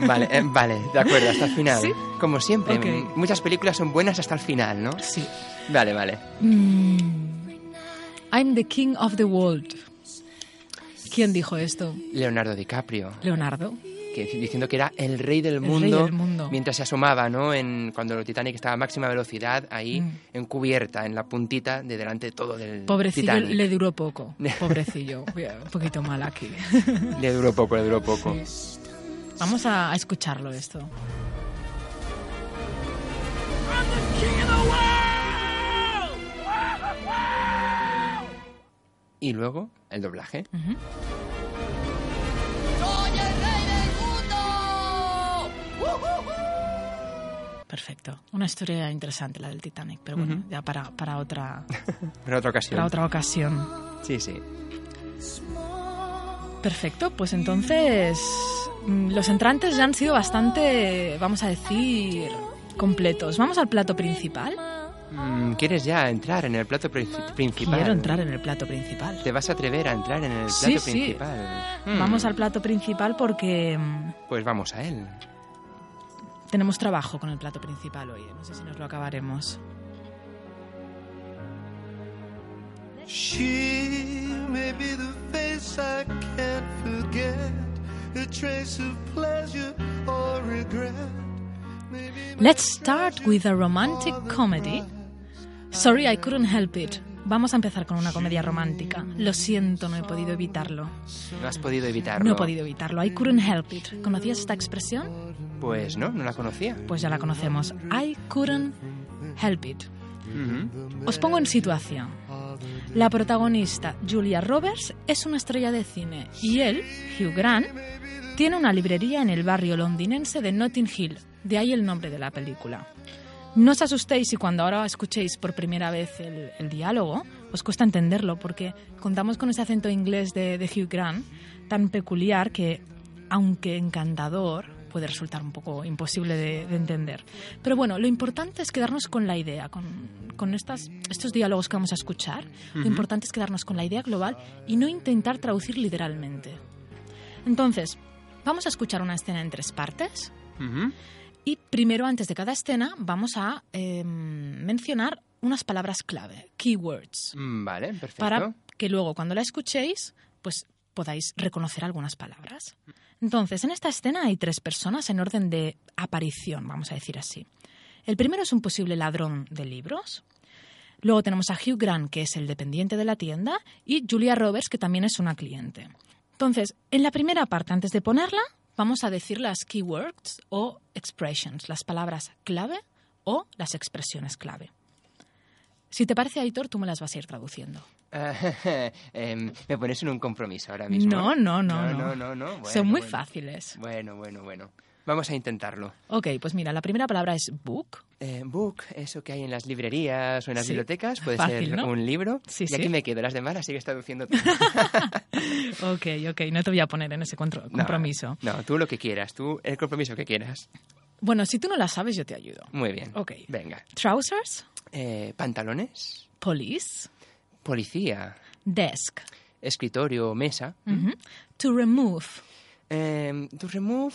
Speaker 1: Vale, eh, vale, de acuerdo, hasta el final.
Speaker 6: Sí.
Speaker 1: Como siempre,
Speaker 6: Ok.
Speaker 1: m- muchas películas son buenas hasta el final, ¿no?
Speaker 6: Sí.
Speaker 1: Vale, vale.
Speaker 6: Mm. I'm the king of the world. ¿Quién dijo esto?
Speaker 1: Leonardo DiCaprio,
Speaker 6: Leonardo.
Speaker 1: que, diciendo que era el rey del
Speaker 6: El rey
Speaker 1: mundo,
Speaker 6: del mundo.
Speaker 1: mientras se asomaba, ¿no? En, cuando el Titanic estaba a máxima velocidad, ahí
Speaker 6: Mm.
Speaker 1: encubierta, en la puntita de delante de todo del
Speaker 6: Pobrecillo
Speaker 1: Titanic.
Speaker 6: le duró poco. Pobrecillo. Un poquito mal aquí.
Speaker 1: Le duró poco, le duró poco.
Speaker 6: Vamos a a escucharlo esto.
Speaker 1: Y luego, el doblaje.
Speaker 6: Mm. Perfecto. Una historia interesante la del Titanic, pero bueno, ya para, para otra,
Speaker 1: Pero otra ocasión.
Speaker 6: para otra ocasión.
Speaker 1: Sí, sí.
Speaker 6: Perfecto, pues entonces mm, los entrantes ya han sido bastante, vamos a decir, completos. Vamos al plato principal.
Speaker 1: Mm, ¿Quieres ya entrar en el plato princi- principal?
Speaker 6: Quiero entrar en el plato principal.
Speaker 1: ¿Te vas a atrever a entrar en el plato
Speaker 6: Sí, sí.
Speaker 1: principal? Mm,
Speaker 6: Vamos al plato principal porque mm,
Speaker 1: Pues vamos a él.
Speaker 6: tenemos trabajo con el plato principal hoy. eh. No sé si nos lo acabaremos.
Speaker 15: She may be the face I can't forget, a trace of pleasure or regret.
Speaker 6: Let's start with a romantic comedy. Sorry, I couldn't help it. Vamos a empezar con una comedia romántica. Lo siento, no he podido evitarlo.
Speaker 1: No has podido evitarlo.
Speaker 6: No he podido evitarlo. I couldn't help it. ¿Conocías esta expresión?
Speaker 1: Pues no, no la conocía.
Speaker 6: Pues ya la conocemos. I couldn't help it.
Speaker 1: Ujú.
Speaker 6: Os pongo en situación. La protagonista, Julia Roberts, es una estrella de cine y él, Hugh Grant, tiene una librería en el barrio londinense de Notting Hill, de ahí el nombre de la película. No os asustéis si cuando ahora escuchéis por primera vez el, el diálogo os cuesta entenderlo, porque contamos con ese acento inglés de, de Hugh Grant tan peculiar que, aunque encantador, puede resultar un poco imposible de, de entender. Pero bueno, lo importante es quedarnos con la idea, con, con estas, estos diálogos que vamos a escuchar. Lo
Speaker 16: Ujú.
Speaker 6: importante es quedarnos con la idea global y no intentar traducir literalmente. Entonces, vamos a escuchar una escena en tres partes.
Speaker 1: Ujú.
Speaker 6: Y primero, antes de cada escena, vamos a em, mencionar unas palabras clave, keywords,
Speaker 1: Mm, Vale, perfecto.
Speaker 6: para que luego cuando la escuchéis, pues podáis reconocer algunas palabras. Entonces, en esta escena hay tres personas en orden de aparición, vamos a decir así. El primero es un posible ladrón de libros. Luego tenemos a Hugh Grant, que es el dependiente de la tienda, y Julia Roberts, que también es una cliente. Entonces, en la primera parte, antes de ponerla, vamos a decir las keywords o expressions, las palabras clave o las expresiones clave. Si te parece, Aitor, tú me las vas a ir traduciendo.
Speaker 1: Em, me pones en un compromiso ahora mismo. ¿eh?
Speaker 6: No, no, no,
Speaker 1: No, no,
Speaker 6: no.
Speaker 1: no, no, bueno,
Speaker 6: Son muy
Speaker 1: bueno.
Speaker 6: fáciles.
Speaker 1: Bueno, bueno, bueno. Vamos a intentarlo.
Speaker 6: Ok, pues mira, la primera palabra es book.
Speaker 1: Eh, book, eso que hay en las librerías o en las
Speaker 6: Sí.
Speaker 1: bibliotecas, puede
Speaker 6: Fácil,
Speaker 1: ser
Speaker 6: ¿no?
Speaker 1: un libro.
Speaker 6: Sí,
Speaker 1: y
Speaker 6: sí.
Speaker 1: aquí me quedo. Las demás las sigues traduciendo tú.
Speaker 6: Ok, ok, no te voy a poner en ese contro-
Speaker 1: No,
Speaker 6: compromiso.
Speaker 1: no, tú lo que quieras. Tú el compromiso que quieras.
Speaker 6: Bueno, si tú no la sabes, yo te ayudo.
Speaker 1: Muy bien.
Speaker 6: Ok.
Speaker 1: Venga.
Speaker 6: Trousers,
Speaker 1: Eh, pantalones,
Speaker 6: police,
Speaker 1: policía,
Speaker 6: desk.
Speaker 1: escritorio, mesa.
Speaker 6: Ujú. To remove,
Speaker 1: Eh, tu remove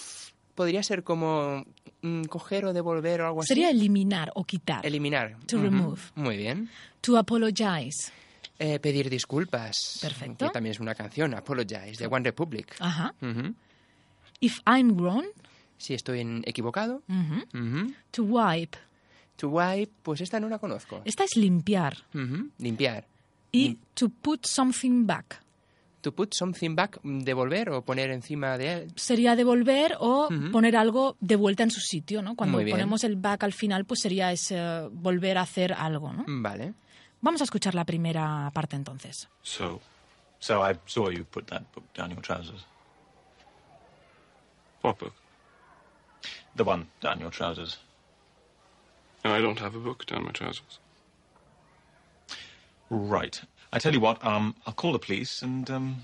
Speaker 1: podría ser como mm, coger o devolver o algo así.
Speaker 6: Sería eliminar o quitar.
Speaker 1: eliminar.
Speaker 6: To
Speaker 1: Ujú.
Speaker 6: remove.
Speaker 1: Muy bien.
Speaker 6: To apologize.
Speaker 1: Eh, pedir disculpas.
Speaker 6: Perfecto.
Speaker 1: Que también es una canción, Apologize, de One Republic.
Speaker 6: Ajá.
Speaker 1: Ujú.
Speaker 6: If I'm wrong.
Speaker 1: Si estoy en- equivocado.
Speaker 6: ujú.
Speaker 1: Ujú.
Speaker 6: To wipe.
Speaker 1: To wipe, pues esta no la conozco.
Speaker 6: Esta es limpiar.
Speaker 1: Ujú. Limpiar. Mm.
Speaker 6: Y to put something back.
Speaker 1: To put something back, mm, devolver o poner encima de él.
Speaker 6: Sería devolver o
Speaker 1: Ujú.
Speaker 6: poner algo de vuelta en su sitio, ¿no? Cuando
Speaker 1: Muy bien.
Speaker 6: ponemos el back al final, pues sería ese volver a hacer algo, ¿no?
Speaker 1: Vale.
Speaker 6: Vamos a escuchar la primera parte entonces.
Speaker 17: So, so I saw you put that book down your trousers.
Speaker 16: What book?
Speaker 17: The one down your trousers.
Speaker 16: No, I don't have a book down my trousers.
Speaker 17: Right. I tell you what, um, I'll call the police and, um,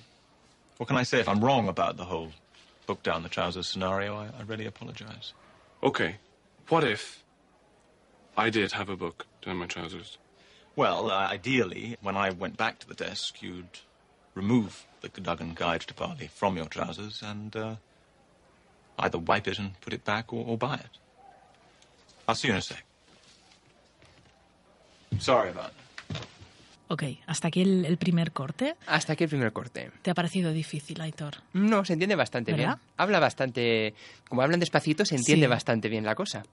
Speaker 17: what can I say? If I'm wrong about the whole book down the trousers scenario, I, I really apologize.
Speaker 16: Okay. What if I did have a book down my trousers?
Speaker 17: Well, uh, ideally, when I went back to the desk, you'd remove the Cadogan Guide to Bali from your trousers and uh, either wipe it and put it back or, or buy it. I'll see you in a sec. Sorry about that.
Speaker 6: Ok, hasta aquí el, el primer corte.
Speaker 1: Hasta aquí el primer corte.
Speaker 6: ¿Te ha parecido difícil, Aitor?
Speaker 1: No, se entiende bastante
Speaker 6: ¿Verdad?
Speaker 1: bien. Habla bastante. Como hablan despacito, se entiende bastante bien la cosa.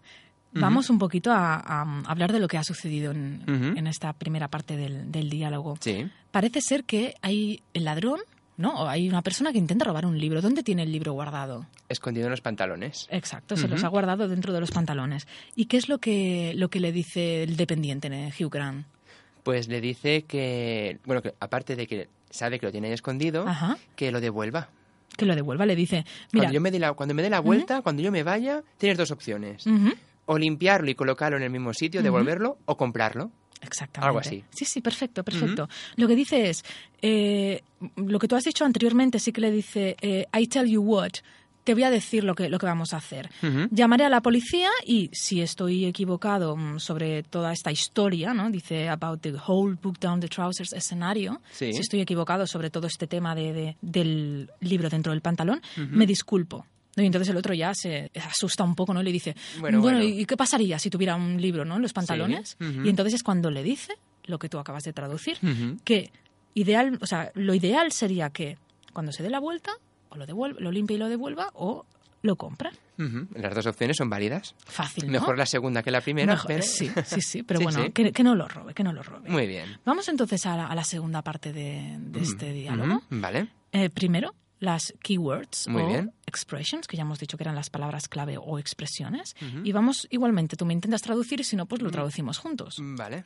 Speaker 6: Vamos un poquito a, a hablar de lo que ha sucedido en,
Speaker 1: Ujú.
Speaker 6: en esta primera parte del, del diálogo.
Speaker 1: Sí.
Speaker 6: Parece ser que hay el ladrón, ¿no? O hay una persona que intenta robar un libro. ¿Dónde tiene el libro guardado?
Speaker 1: Escondido en los pantalones.
Speaker 6: Exacto, se los
Speaker 1: Ujú.
Speaker 6: ha guardado dentro de los pantalones. ¿Y qué es lo que, lo que le dice el dependiente, eh, Hugh Grant?
Speaker 1: Pues le dice que. Bueno, que aparte de que sabe que lo tiene ahí escondido,
Speaker 6: Ajá.
Speaker 1: que lo devuelva.
Speaker 6: Que lo devuelva, le dice, mira,
Speaker 1: Cuando, yo me dé la, cuando me dé la
Speaker 6: Ujú.
Speaker 1: vuelta, cuando yo me vaya, tienes dos opciones.
Speaker 6: Ujú.
Speaker 1: O limpiarlo y colocarlo en el mismo sitio,
Speaker 6: Ujú.
Speaker 1: devolverlo, o comprarlo.
Speaker 6: Exactamente.
Speaker 1: Algo así.
Speaker 6: Sí, sí, perfecto, perfecto. Lo que dice es, eh, lo que tú has dicho anteriormente, sí que le dice, eh, I tell you what, te voy a decir lo que, lo que vamos a hacer.
Speaker 1: Ujú.
Speaker 6: Llamaré a la policía y si estoy equivocado mm, sobre toda esta historia, ¿no? Dice about the whole book down the trousers escenario.
Speaker 1: Sí.
Speaker 6: Si estoy equivocado sobre todo este tema de, de- del libro dentro del pantalón,
Speaker 1: Ujú.
Speaker 6: me disculpo. ¿no? Y entonces el otro ya se asusta un poco, ¿no? Y le dice,
Speaker 1: Bueno,
Speaker 6: bueno,
Speaker 1: bueno.
Speaker 6: ¿y qué pasaría si tuviera un libro, ¿no? En los pantalones.
Speaker 1: Ujú.
Speaker 6: Y entonces es cuando le dice lo que tú acabas de traducir,
Speaker 1: Ujú.
Speaker 6: que ideal, o sea, lo ideal sería que cuando se dé la vuelta, o lo devuelva, lo limpie y lo devuelva, o lo compra.
Speaker 1: Ujú. Las dos opciones son válidas.
Speaker 6: Fácil, ¿no?
Speaker 1: Mejor la segunda que la primera,
Speaker 6: Mejor-
Speaker 1: pero...
Speaker 6: Sí, sí, sí, pero bueno,
Speaker 1: sí.
Speaker 6: Que, que no lo robe, que no lo robe.
Speaker 1: Muy bien.
Speaker 6: Vamos entonces a la, a la segunda parte de, de este
Speaker 1: Mm,
Speaker 6: diálogo.
Speaker 1: mm, Vale.
Speaker 6: Eh, primero, las keywords
Speaker 1: Muy
Speaker 6: o
Speaker 1: bien.
Speaker 6: expressions, que ya hemos dicho que eran las palabras clave o expresiones.
Speaker 1: Ujú. Mm.
Speaker 6: Y vamos, igualmente, tú me intentas traducir y si no, pues lo traducimos juntos.
Speaker 1: Vale.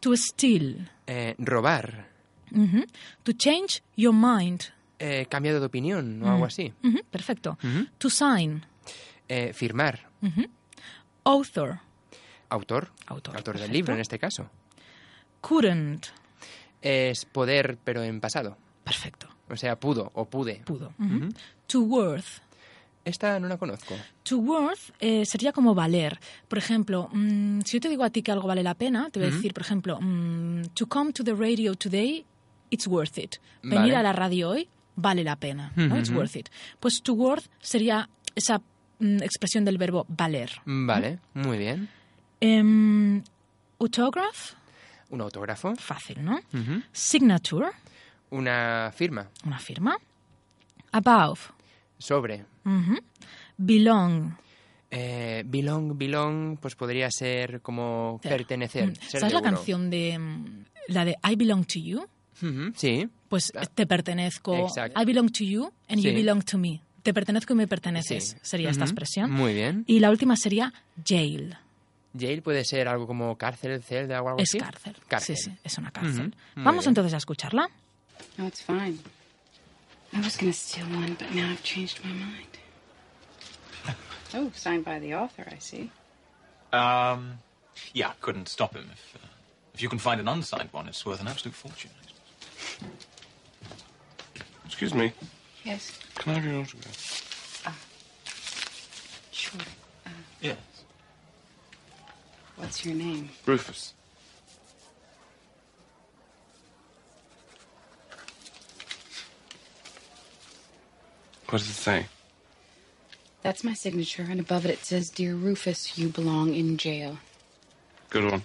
Speaker 6: To steal.
Speaker 1: Eh, robar.
Speaker 6: Ujú. To change your mind.
Speaker 1: Eh, cambiado de opinión o algo
Speaker 6: Mm.
Speaker 1: así.
Speaker 6: Ujú, Perfecto.
Speaker 1: Ujú.
Speaker 6: To sign.
Speaker 1: Eh, firmar.
Speaker 6: Ujú. Author.
Speaker 1: Autor.
Speaker 6: Autor,
Speaker 1: del
Speaker 6: perfecto.
Speaker 1: libro, en este caso.
Speaker 6: Couldn't.
Speaker 1: Es poder, pero en pasado.
Speaker 6: Perfecto.
Speaker 1: O sea, pudo o pude.
Speaker 6: Pudo. Ujú. To worth.
Speaker 1: Esta no la conozco.
Speaker 6: To worth eh, sería como valer. Por ejemplo, mm, si yo te digo a ti que algo vale la pena, te voy
Speaker 1: Ujú.
Speaker 6: a decir, por ejemplo, mm, to come to the radio today, it's worth it. Venir
Speaker 1: Vale.
Speaker 6: a la radio hoy vale la pena, ¿no? It's
Speaker 1: Ujú.
Speaker 6: worth it. Pues to worth sería esa mm, expresión del verbo valer.
Speaker 1: Vale, muy bien.
Speaker 6: Em, autograph,
Speaker 1: Un autógrafo.
Speaker 6: fácil, ¿no?
Speaker 1: Ujú.
Speaker 6: Signature,
Speaker 1: Una firma.
Speaker 6: una firma. Above,
Speaker 1: Sobre.
Speaker 6: ujú. belong.
Speaker 1: Eh, belong, belong, pues podría ser como
Speaker 6: Cero.
Speaker 1: pertenecer.
Speaker 6: Mm,
Speaker 1: ser
Speaker 6: ¿Sabes
Speaker 1: de
Speaker 6: la
Speaker 1: uno.
Speaker 6: canción de mm, la de I belong to you?
Speaker 1: Ujú, Sí.
Speaker 6: Pues eh, te pertenezco.
Speaker 1: Exacto.
Speaker 6: I belong to you and
Speaker 1: Sí.
Speaker 6: you belong to me. Te pertenezco y me perteneces.
Speaker 1: Sí.
Speaker 6: Sería esta
Speaker 1: Ujú,
Speaker 6: expresión.
Speaker 1: Muy bien.
Speaker 6: Y la última sería jail.
Speaker 1: Jail puede ser algo como cárcel, celda o algo
Speaker 6: Es
Speaker 1: así.
Speaker 6: cárcel.
Speaker 1: Cárcel.
Speaker 6: Sí, sí, es una cárcel.
Speaker 1: Ujú, muy
Speaker 6: Vamos
Speaker 1: bien.
Speaker 6: entonces a escucharla.
Speaker 18: No, it's fine. I was going to steal one, but now I've changed my mind. oh, signed by the author, I see.
Speaker 17: Um, yeah, couldn't stop him. If, uh, if you can find an unsigned one, it's worth an absolute fortune.
Speaker 16: Excuse me.
Speaker 18: Yes,
Speaker 16: Can I have your autograph?
Speaker 18: Ah. sure.
Speaker 17: Yes.
Speaker 18: What's your name?
Speaker 16: Rufus. What does it say?
Speaker 18: That's my signature, and above it it says, Dear Rufus, you belong in jail.
Speaker 16: Good one.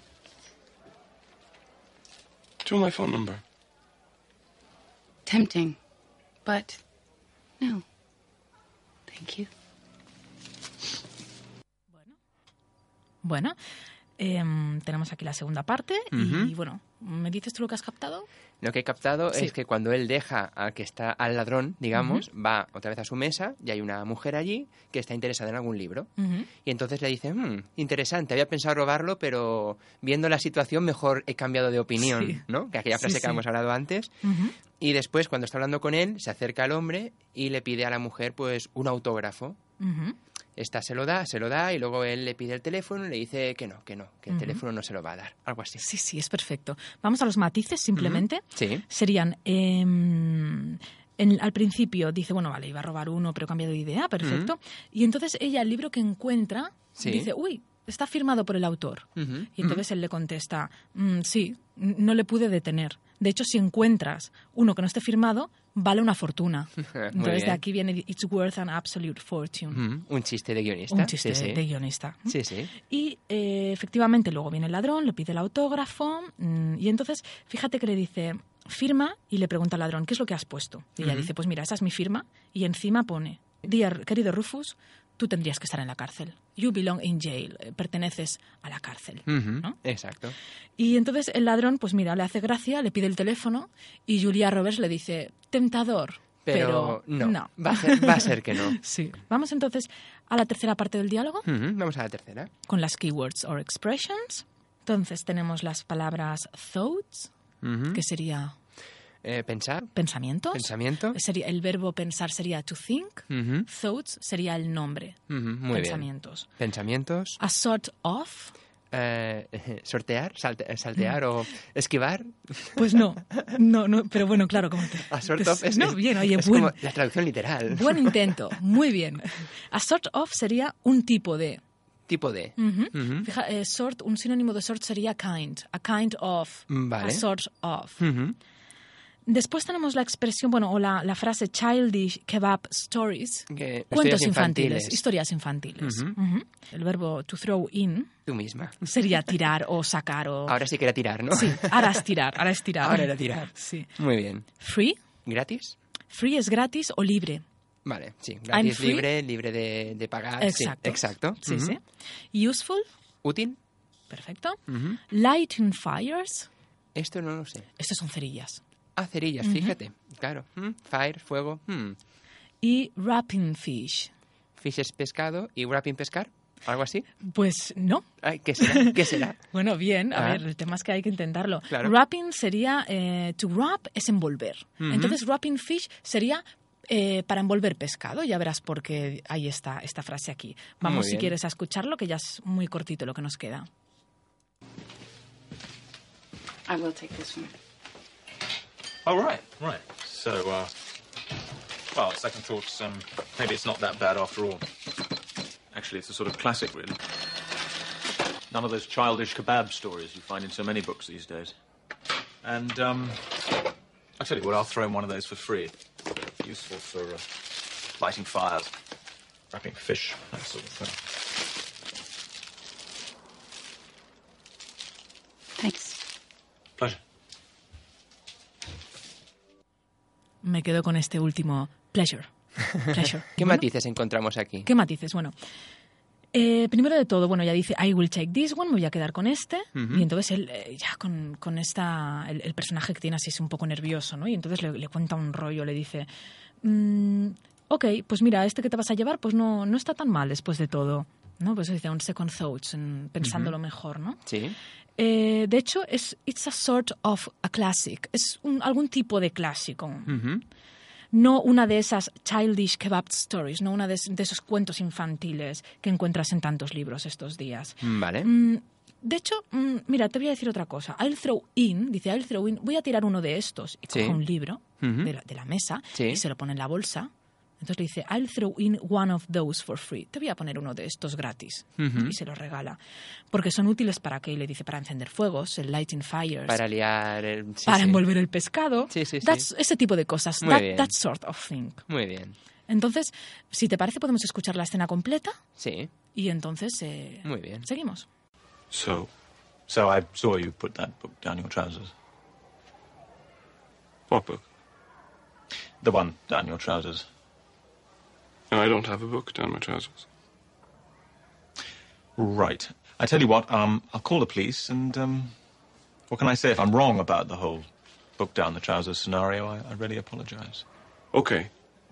Speaker 16: Do you want my phone number?
Speaker 18: Tempting, but no. Thank you.
Speaker 6: Bueno, em, tenemos aquí la segunda parte. Y
Speaker 1: Ujú.
Speaker 6: bueno, ¿me dices tú lo que has captado?
Speaker 1: Lo que he captado
Speaker 6: Sí.
Speaker 1: es que cuando él deja al que está al ladrón, digamos, va otra vez a su mesa y hay una mujer allí que está interesada en algún libro.
Speaker 6: Ujú.
Speaker 1: Y entonces le dice, "Mm, interesante, había pensado robarlo, pero viendo la situación mejor he cambiado de opinión,
Speaker 6: Sí.
Speaker 1: ¿no? Que aquella
Speaker 6: Sí,
Speaker 1: frase
Speaker 6: sí.
Speaker 1: que habíamos hablado antes.
Speaker 6: Ujú.
Speaker 1: Y después, cuando está hablando con él, se acerca al hombre y le pide a la mujer, pues, un autógrafo.
Speaker 6: Ujú.
Speaker 1: Esta se lo da, se lo da y luego él le pide el teléfono y le dice que no, que no, que el
Speaker 6: Ujú.
Speaker 1: teléfono no se lo va a dar. Algo así.
Speaker 6: Sí, sí, es perfecto. Vamos a los matices simplemente.
Speaker 1: Sí.
Speaker 6: Serían. em, en- al principio dice, bueno, vale, iba a robar uno, pero he cambiado de idea, perfecto.
Speaker 1: Ujú.
Speaker 6: Y entonces ella, el libro que encuentra,
Speaker 1: Sí.
Speaker 6: dice, uy, está firmado por el autor.
Speaker 1: Ujú,
Speaker 6: Y entonces él le contesta, "Mm, sí, n- no le pude detener. De hecho, si encuentras uno que no esté firmado, vale una fortuna.
Speaker 1: Muy
Speaker 6: Entonces de
Speaker 1: bien.
Speaker 6: aquí viene It's worth an absolute fortune.
Speaker 1: Ujú, Un chiste de guionista.
Speaker 6: Un chiste
Speaker 1: sí, sí.
Speaker 6: de guionista.
Speaker 1: Sí, sí.
Speaker 6: Y eh, efectivamente luego viene el ladrón, le pide el autógrafo mm, y entonces fíjate que le dice firma y le pregunta al ladrón, ¿qué es lo que has puesto? Y ella
Speaker 19: Ujú.
Speaker 6: dice, pues mira, esa es mi firma y encima pone, Dear, querido Rufus, tú tendrías que estar en la cárcel. You belong in jail, Eh, perteneces a la cárcel.
Speaker 1: Ujú, Exacto.
Speaker 6: Y entonces el ladrón, pues mira, le hace gracia, le pide el teléfono y Julia Roberts le dice, tentador.
Speaker 1: Pero
Speaker 6: Pero,
Speaker 1: no, va a ser- va a ser que no.
Speaker 6: sí. Vamos entonces a la tercera parte del diálogo
Speaker 1: Ujú, Vamos a la tercera.
Speaker 6: con las keywords or expressions. Entonces tenemos las palabras thoughts,
Speaker 1: Ujú.
Speaker 6: que sería
Speaker 1: Eh, pensar.
Speaker 6: pensamientos.
Speaker 1: Pensamiento.
Speaker 6: Sería, el verbo pensar sería to think.
Speaker 1: Ujú,
Speaker 6: Thoughts sería el nombre.
Speaker 1: ujú, Muy bien.
Speaker 6: pensamientos.
Speaker 1: Pensamientos.
Speaker 6: A sort of.
Speaker 1: Eh, sortear, salte- saltear
Speaker 6: Mm.
Speaker 1: o esquivar.
Speaker 6: Pues no, no, no, pero bueno, claro, como te-
Speaker 1: A sort of es,
Speaker 6: no, bien, oye,
Speaker 1: es
Speaker 6: buen,
Speaker 1: como la traducción literal.
Speaker 6: buen intento, muy bien. A sort of sería un tipo de.
Speaker 1: Tipo de.
Speaker 6: Ujú.
Speaker 1: Ujú.
Speaker 6: Fija- eh, sort, un sinónimo de sort sería kind, a kind of,
Speaker 1: Mm, Vale.
Speaker 6: a sort of.
Speaker 1: Ujú.
Speaker 6: Después tenemos la expresión, bueno, o la, la frase childish kebab stories,
Speaker 1: Que- historias
Speaker 6: cuentos
Speaker 1: infantiles.
Speaker 6: historias infantiles.
Speaker 1: Ujú.
Speaker 6: Ujú. El verbo to throw in
Speaker 1: Tú misma.
Speaker 6: sería tirar o sacar o...
Speaker 1: Ahora sí que era tirar, ¿no?
Speaker 6: Sí, ahora es tirar, ahora es tirar.
Speaker 1: Ahora era tirar.
Speaker 6: Sí.
Speaker 1: Muy bien.
Speaker 6: Free,
Speaker 1: ¿Gratis?
Speaker 6: free es gratis o libre.
Speaker 1: Vale, sí. Gratis,
Speaker 6: free.
Speaker 1: libre, libre de, de pagar.
Speaker 6: Exacto.
Speaker 1: Ah, Sí, exacto.
Speaker 6: Sí,
Speaker 1: Ujú.
Speaker 6: sí. Useful,
Speaker 1: ¿Útil?
Speaker 6: perfecto.
Speaker 1: Ujú.
Speaker 6: Lighting fires,
Speaker 1: Esto no lo sé.
Speaker 6: estos son cerillas.
Speaker 1: Ah, cerillas,
Speaker 6: Ujú.
Speaker 1: fíjate. Claro. Mm, Fire, fuego. mm.
Speaker 6: Y wrapping fish,
Speaker 1: Fish es pescado y wrapping pescar. ¿Algo así?
Speaker 6: pues no.
Speaker 1: Ay, ¿Qué será? ¿Qué será?
Speaker 6: Bueno, bien, a
Speaker 1: Ah.
Speaker 6: ver, el tema es que hay que intentarlo.
Speaker 1: Claro.
Speaker 6: Wrapping sería, eh, to wrap es envolver.
Speaker 1: Ujú.
Speaker 6: Entonces, wrapping fish sería eh, para envolver pescado. Ya verás por qué ahí está esta frase aquí.
Speaker 1: Muy
Speaker 6: Vamos, si
Speaker 1: bien.
Speaker 6: quieres, a escucharlo, que ya es muy cortito lo que nos queda.
Speaker 18: I will take this one.
Speaker 17: Oh, right, right. So, uh, well, second thoughts, um, maybe it's not that bad after all. Actually, it's a sort of classic, really. None of those childish kebab stories you find in so many books these days. And, um, I tell you what, I'll throw in one of those for free. Useful for uh, lighting fires, wrapping fish, that sort of thing.
Speaker 18: Thanks.
Speaker 17: Pleasure.
Speaker 6: Me quedo con este último pleasure. Pleasure.
Speaker 1: ¿Qué
Speaker 6: Bueno,
Speaker 1: matices encontramos aquí?
Speaker 6: ¿Qué matices? Bueno, eh, primero de todo, bueno, ya dice, I will take this one, me voy a quedar con este.
Speaker 1: Ujú.
Speaker 6: Y entonces él, eh, ya con, con esta, el, el personaje que tiene así es un poco nervioso, ¿no? Y entonces le, le cuenta un rollo, le dice, "Mm, ok, pues mira, este que te vas a llevar, pues no, no está tan mal después de todo. ¿no? Pues dice un second thoughts, en- pensándolo mejor, ¿no?
Speaker 1: Sí.
Speaker 6: Eh, de hecho, es it's a sort of a classic. Es un- algún tipo de clásico
Speaker 1: Ujú.
Speaker 6: no una de esas childish kebab stories, no una de, es- de esos cuentos infantiles que encuentras en tantos libros estos días.
Speaker 1: Vale.
Speaker 6: Mm, de hecho, mm, mira, te voy a decir otra cosa. I'll throw in, dice I'll throw in, voy a tirar uno de estos y
Speaker 1: Sí.
Speaker 6: coge un libro
Speaker 1: Ujú.
Speaker 6: de, la, de la mesa
Speaker 1: Sí.
Speaker 6: y se lo pone en la bolsa. Entonces le dice, I'll throw in one of those for free. Te voy a poner uno de estos gratis.
Speaker 1: Ujú.
Speaker 6: Y se los regala. Porque son útiles para qué? Y le dice, para encender fuegos, el lighting fires
Speaker 1: Para liar el... sí,
Speaker 6: para
Speaker 1: sí.
Speaker 6: envolver el pescado.
Speaker 1: sí, sí.
Speaker 6: That's- Ese tipo de cosas.
Speaker 1: Muy
Speaker 6: That,
Speaker 1: bien.
Speaker 6: that sort of thing.
Speaker 1: Muy bien.
Speaker 6: Entonces, si te parece, podemos escuchar la escena completa
Speaker 1: Sí,
Speaker 6: y entonces eh,
Speaker 1: muy bien.
Speaker 6: seguimos.
Speaker 17: So, so I saw you put that book down your trousers.
Speaker 16: What book?
Speaker 17: The one down your trousers.
Speaker 16: I don't have a book down my trousers.
Speaker 17: Right. I tell you what, um, I'll call the police and, um, what can I say? If I'm wrong about the whole book down the trousers scenario, I, I really apologize.
Speaker 16: Okay.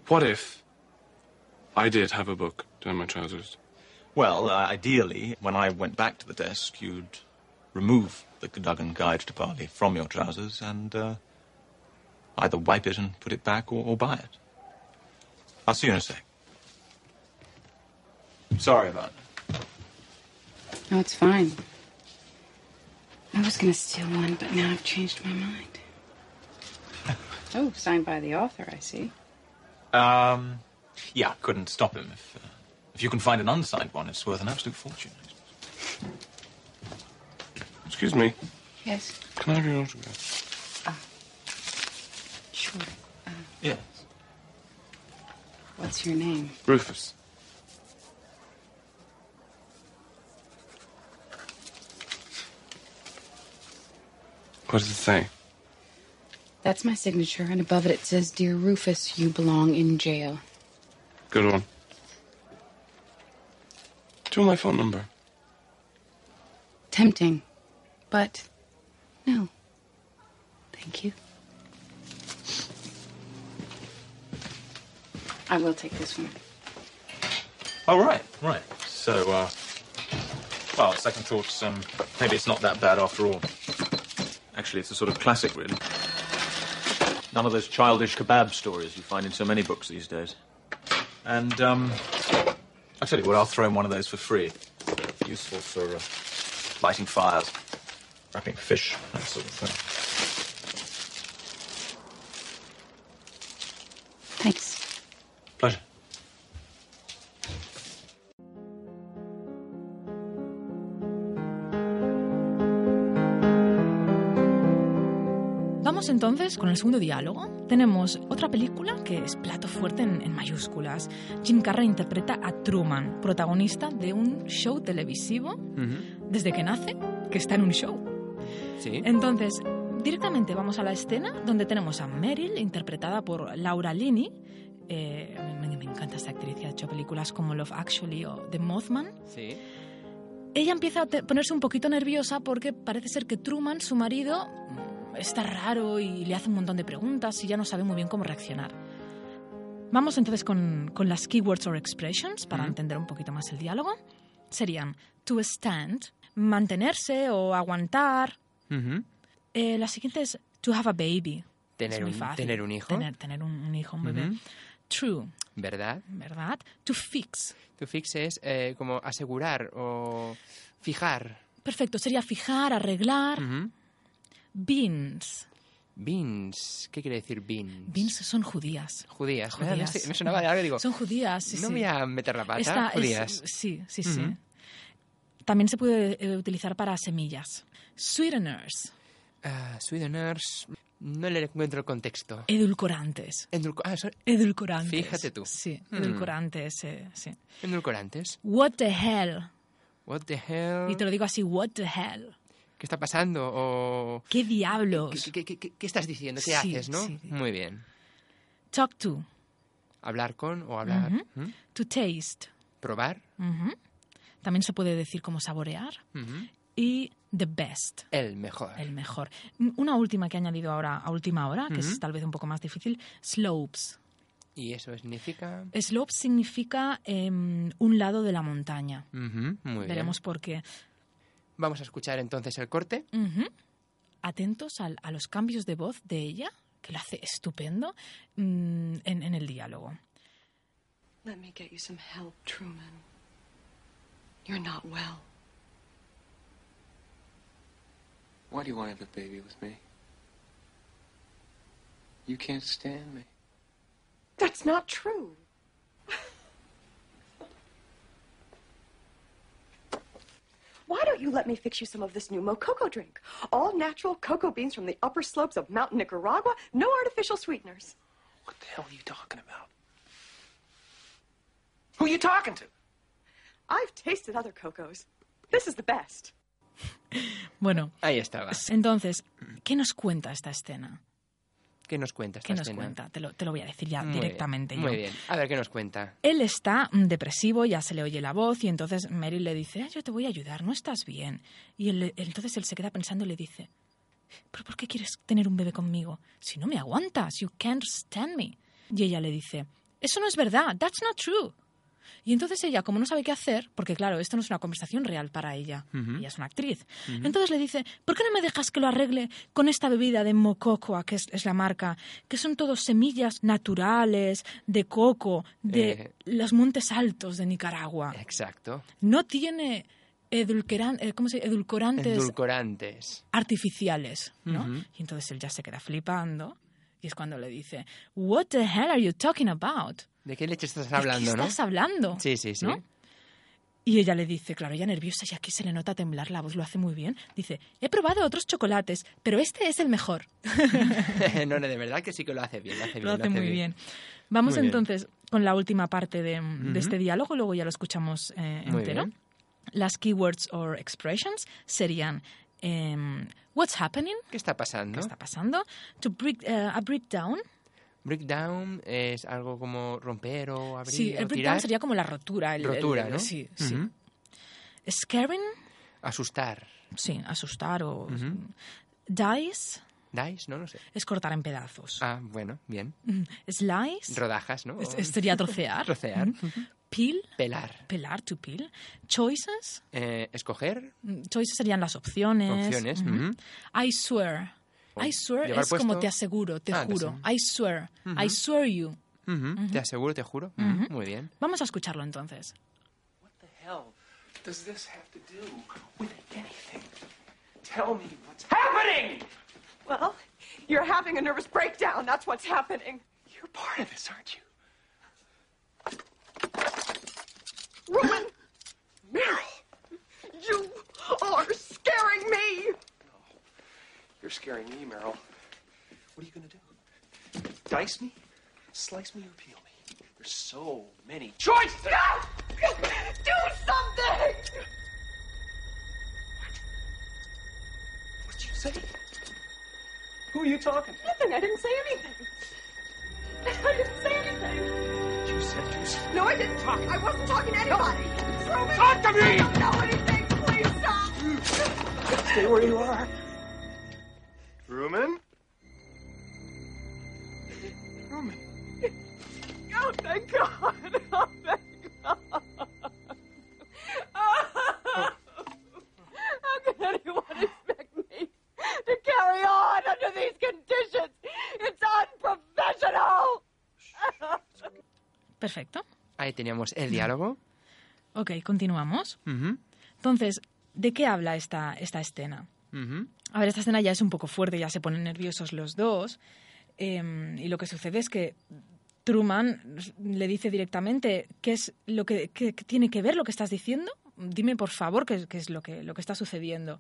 Speaker 16: What if I did have a book down my trousers?
Speaker 17: Well, uh, ideally, when I went back to the desk, you'd remove the Cadogan Guide to Bali from your trousers and, uh, either wipe it and put it back or, or buy it. I'll see you in a sec. Sorry about
Speaker 18: No, it's fine. I was gonna steal one, but now I've changed my mind. oh, signed by the author, I see.
Speaker 17: it. Um, yeah, couldn't stop him. If, uh, if you can find an unsigned one, it's worth an absolute fortune.
Speaker 8: Excuse me.
Speaker 18: Yes, Ah,
Speaker 8: Can I have your autograph?
Speaker 18: sure. Ah.
Speaker 17: Yeah.
Speaker 18: What's your name?
Speaker 8: Rufus. What does it say?
Speaker 18: That's my signature, and above it it says, Dear Rufus, you belong in jail.
Speaker 8: Good one. Do you want my phone number?
Speaker 18: Tempting, but no. Thank you. I will take this one.
Speaker 17: All right, right. So, uh, well, second thoughts, um, maybe it's not that bad after all. Actually, it's a sort of classic, really. None of those childish kebab stories you find in so many books these days. And, um, I'll tell you what, I'll throw in one of those for free. Useful for uh, lighting fires, wrapping fish, that sort of thing.
Speaker 18: Thanks.
Speaker 17: Pleasure.
Speaker 6: Vamos entonces con el segundo diálogo. Tenemos otra película que es plato fuerte en, en mayúsculas. Jim Carrey interpreta a Truman, protagonista de un show televisivo desde que nace, que está en un show.
Speaker 1: Sí.
Speaker 6: Entonces, directamente vamos a la escena donde tenemos a Meryl, interpretada por Laura Linney. Eh, me, me encanta esta actriz, ha hecho películas como Love Actually o The Mothman.
Speaker 1: Sí.
Speaker 6: Ella empieza a te- ponerse un poquito nerviosa porque parece ser que Truman, su marido, mm, está raro y le hace un montón de preguntas y ya no sabe muy bien cómo reaccionar. Vamos entonces con, con las keywords or expressions para entender un poquito más el diálogo. Serían to stand, mantenerse o aguantar.
Speaker 1: Ujú.
Speaker 6: Eh, la siguiente es to have a baby.
Speaker 1: Tener
Speaker 6: Es muy
Speaker 1: un-
Speaker 6: fácil.
Speaker 1: tener un hijo.
Speaker 6: Tener, tener un, un hijo, un bebé.
Speaker 1: Ujú.
Speaker 6: True,
Speaker 1: ¿Verdad?
Speaker 6: ¿verdad? To fix.
Speaker 1: Tu fix es eh, como asegurar o fijar.
Speaker 6: Perfecto, sería fijar, arreglar.
Speaker 1: Ujú.
Speaker 6: Beans.
Speaker 1: Beans. ¿Qué quiere decir bean?
Speaker 6: Beans son judías.
Speaker 1: Judías. Ah,
Speaker 6: Judías.
Speaker 1: no sé, me sonaba de algo y digo.
Speaker 6: Son judías, sí,
Speaker 1: no
Speaker 6: sí.
Speaker 1: voy a meter la pata.
Speaker 6: Esta es-
Speaker 1: judías.
Speaker 6: sí, sí, sí.
Speaker 1: Ujú.
Speaker 6: También se puede eh, utilizar para semillas. Sweeteners,
Speaker 1: Ah, Sweeteners. No le encuentro el contexto.
Speaker 6: edulcorantes.
Speaker 1: Endulco- ah, son
Speaker 6: Edulcorantes.
Speaker 1: Fíjate tú.
Speaker 6: Sí,
Speaker 1: Hmm.
Speaker 6: edulcorantes, eh, sí.
Speaker 1: endulcorantes.
Speaker 6: What the hell?
Speaker 1: What the hell.
Speaker 6: Y te lo digo así, what the hell?
Speaker 1: ¿Qué está pasando? O...
Speaker 6: ¿Qué diablos?
Speaker 1: ¿Qué, qué- qué- qué- qué estás diciendo? ¿Qué
Speaker 6: Sí,
Speaker 1: haces, no?
Speaker 6: sí.
Speaker 1: Muy bien.
Speaker 6: Talk to,
Speaker 1: Hablar con o hablar.
Speaker 6: Ujú.
Speaker 1: ¿Mm?
Speaker 6: to taste.
Speaker 1: Probar.
Speaker 6: Ujú. También se puede decir como saborear.
Speaker 1: Ujú.
Speaker 6: Y the best.
Speaker 1: El mejor.
Speaker 6: El mejor. M- Una última que he añadido ahora a última hora, que es
Speaker 1: Ujú.
Speaker 6: tal vez un poco más difícil, slopes.
Speaker 1: Y eso significa.
Speaker 6: Slope significa em, un lado de la montaña.
Speaker 1: Ujú, Muy bien.
Speaker 6: Veremos Mm. por qué.
Speaker 1: Vamos a escuchar entonces el corte.
Speaker 6: Ujú. Atentos al- a los cambios de voz de ella, que lo hace estupendo, mm, en, en el diálogo.
Speaker 19: Let me get you some help, Truman. You're not well.
Speaker 20: Why do you want to have a baby with me? You can't stand me.
Speaker 19: That's not true. Why don't you let me fix you some of this Numo cocoa drink? All natural cocoa beans from the upper slopes of Mountain Nicaragua, no artificial sweeteners.
Speaker 20: What the hell are you talking about? Who are you talking to?
Speaker 19: I've tasted other cocos. This is the best.
Speaker 6: Bueno,
Speaker 1: Ahí estaba.
Speaker 6: entonces, ¿qué nos cuenta esta escena?
Speaker 1: ¿Qué nos cuenta esta
Speaker 6: ¿Qué nos
Speaker 1: escena?
Speaker 6: cuenta? Te lo, te lo voy a decir ya
Speaker 1: Muy bien,
Speaker 6: directamente yo.
Speaker 1: Muy bien. A ver, ¿qué nos cuenta?
Speaker 6: Él está mm, depresivo, ya se le oye la voz y entonces Meryl le dice, "Ah, yo te voy a ayudar, no estás bien. Y él- entonces él se queda pensando y le dice, ¿pero por qué quieres tener un bebé conmigo? Si no me aguantas, you can't stand me. Y ella le dice, eso no es verdad, that's not true. Y entonces ella, como no sabe qué hacer, porque claro, esto no es una conversación real para ella,
Speaker 21: Ujú.
Speaker 6: ella es una actriz,
Speaker 21: Ujú.
Speaker 6: entonces le dice, ¿por qué no me dejas que lo arregle con esta bebida de mococoa, que es, es la marca, que son todos semillas naturales, de coco, de
Speaker 1: Eh.
Speaker 6: los montes altos de Nicaragua?
Speaker 1: Exacto.
Speaker 6: No tiene edulqueran- eh, ¿cómo se dice? edulcorantes
Speaker 1: Edulcorantes.
Speaker 6: artificiales, ¿no?
Speaker 1: Ujú.
Speaker 6: Y entonces él ya se queda flipando y es cuando le dice, What the hell are you talking about?
Speaker 1: ¿De qué leche estás
Speaker 6: ¿De
Speaker 1: hablando,
Speaker 6: qué
Speaker 1: no?
Speaker 6: estás hablando?
Speaker 1: Sí, sí, sí.
Speaker 6: ¿No? Y ella le dice, claro, ella nerviosa y aquí se le nota temblar la voz, lo hace muy bien. Dice, he probado otros chocolates, pero este es el mejor.
Speaker 1: no, no, de verdad que sí que lo hace bien. Lo hace, bien,
Speaker 6: lo hace muy bien. Vamos
Speaker 1: Muy bien.
Speaker 6: entonces con la última parte de, de
Speaker 1: Ujú.
Speaker 6: este diálogo, luego ya lo escuchamos eh,
Speaker 1: Muy
Speaker 6: entero.
Speaker 1: bien.
Speaker 6: Las keywords or expressions serían em, what's happening,
Speaker 1: ¿Qué está pasando?
Speaker 6: ¿qué está pasando? To break, eh, a breakdown,
Speaker 1: Breakdown es algo como romper o abrir
Speaker 6: sí, el
Speaker 1: o
Speaker 6: breakdown
Speaker 1: tirar.
Speaker 6: sería como la rotura. el- el-
Speaker 1: Rotura,
Speaker 6: el-
Speaker 1: ¿no?
Speaker 6: Sí, sí.
Speaker 1: Ujú.
Speaker 6: Scaring,
Speaker 1: Asustar.
Speaker 6: sí, asustar o...
Speaker 1: Ujú.
Speaker 6: Dice
Speaker 1: Dice, no lo sé.
Speaker 6: es cortar en pedazos.
Speaker 1: Ah, bueno, bien.
Speaker 6: Mm, Slice
Speaker 1: Rodajas, ¿no?
Speaker 6: es- es- sería trocear.
Speaker 1: Trocear.
Speaker 6: Mm. Peel,
Speaker 1: Pelar.
Speaker 6: pelar, to peel. Choices,
Speaker 1: Eh, escoger.
Speaker 6: mm, choices serían las opciones.
Speaker 1: Opciones,
Speaker 6: Ujú.
Speaker 1: ujú.
Speaker 6: I swear.
Speaker 1: O
Speaker 6: I swear
Speaker 1: llevar
Speaker 6: es como
Speaker 1: puesto-
Speaker 6: te aseguro, te
Speaker 1: Ah, te
Speaker 6: juro. I swear.
Speaker 1: Ujú.
Speaker 6: I swear you.
Speaker 1: Ujú, Te
Speaker 6: Ujú.
Speaker 1: aseguro, te juro. Ujú,
Speaker 6: Ujú.
Speaker 1: Muy bien.
Speaker 6: Vamos a escucharlo entonces.
Speaker 20: What the hell does this have to do with anything? Tell me what's happening!
Speaker 19: Well, you're having a nervous breakdown. That's what's happening.
Speaker 20: You're part of this, aren't you?
Speaker 19: Roman! Meryl! You are scaring me!
Speaker 20: You're scaring me, Meryl. What are you gonna do? Dice me? Slice me or peel me? There's so many choices!
Speaker 19: No! Do something!
Speaker 20: What did you say? Who are you talking to?
Speaker 19: Nothing, I didn't say anything. I didn't say anything.
Speaker 20: You said you said.
Speaker 19: No, I didn't talk. I wasn't talking to anybody. Roman!
Speaker 20: Talk to me!
Speaker 19: I don't know anything. Please stop!
Speaker 20: Stay where you are. Truman? Truman.
Speaker 19: Oh, thank God! Oh, thank God! How can anyone expect me to carry on under these conditions? It's unprofessional!
Speaker 6: Perfecto.
Speaker 1: Ahí teníamos el diálogo.
Speaker 6: Ok, continuamos.
Speaker 1: Ujú,
Speaker 6: Entonces, ¿de qué habla esta, esta escena?
Speaker 1: ujú.
Speaker 6: A ver, esta escena ya es un poco fuerte, ya se ponen nerviosos los dos. eh, y lo que sucede es que Truman le dice directamente qué es lo que, qué- qué tiene que ver lo que estás diciendo. Dime, por favor, qué, es- qué es lo que, lo que está sucediendo.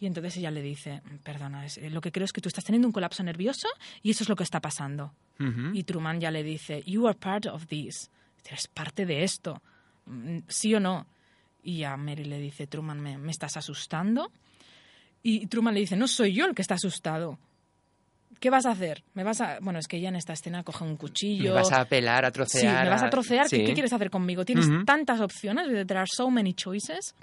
Speaker 6: Y entonces ella le dice, perdona, es- eh, lo que creo es que tú estás teniendo un colapso nervioso y eso es lo que está pasando.
Speaker 22: Ujú.
Speaker 6: Y Truman ya le dice, you are part of this. Eres parte de esto. Mm, ¿Sí o no? Y a Mary le dice, Truman, me- me estás asustando. Y Truman le dice, no soy yo el que está asustado. ¿Qué vas a hacer? ¿Me vas a...? Bueno, es que ella en esta escena coge un
Speaker 1: Me
Speaker 6: cuchillo...
Speaker 1: vas a pelar, a
Speaker 6: Sí,
Speaker 1: trocear.
Speaker 6: me vas a trocear. ¿Qué,
Speaker 1: sí.
Speaker 6: qué quieres hacer conmigo? Tienes
Speaker 1: Ujú.
Speaker 6: tantas opciones. There are so many choices.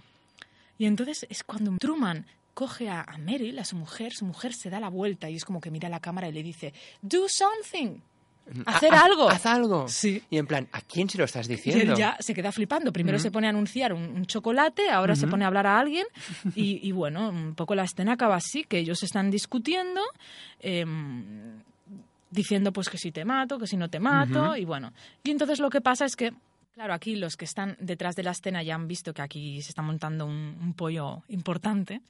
Speaker 6: Y entonces es cuando Truman coge a, a Meryl, a su mujer. Su mujer se da la vuelta y es como que mira a la cámara y le dice, do something. Hacer
Speaker 1: Ha- ha-
Speaker 6: algo.
Speaker 1: Ah, Haz algo.
Speaker 6: Sí.
Speaker 1: Y en plan, ¿a quién se lo estás
Speaker 6: Y él
Speaker 1: diciendo?
Speaker 6: ya se queda flipando. Primero
Speaker 1: Ujú.
Speaker 6: se pone a anunciar un, un chocolate, ahora se
Speaker 1: Ujú.
Speaker 6: pone a hablar a alguien. Y, y bueno, un poco la escena acaba así, que ellos están discutiendo, em, diciendo pues que si te mato, que si no te mato,
Speaker 22: Ujú.
Speaker 6: y bueno. Y entonces lo que pasa es que, claro, aquí los que están detrás de la escena ya han visto que aquí se está montando un, un pollo importante.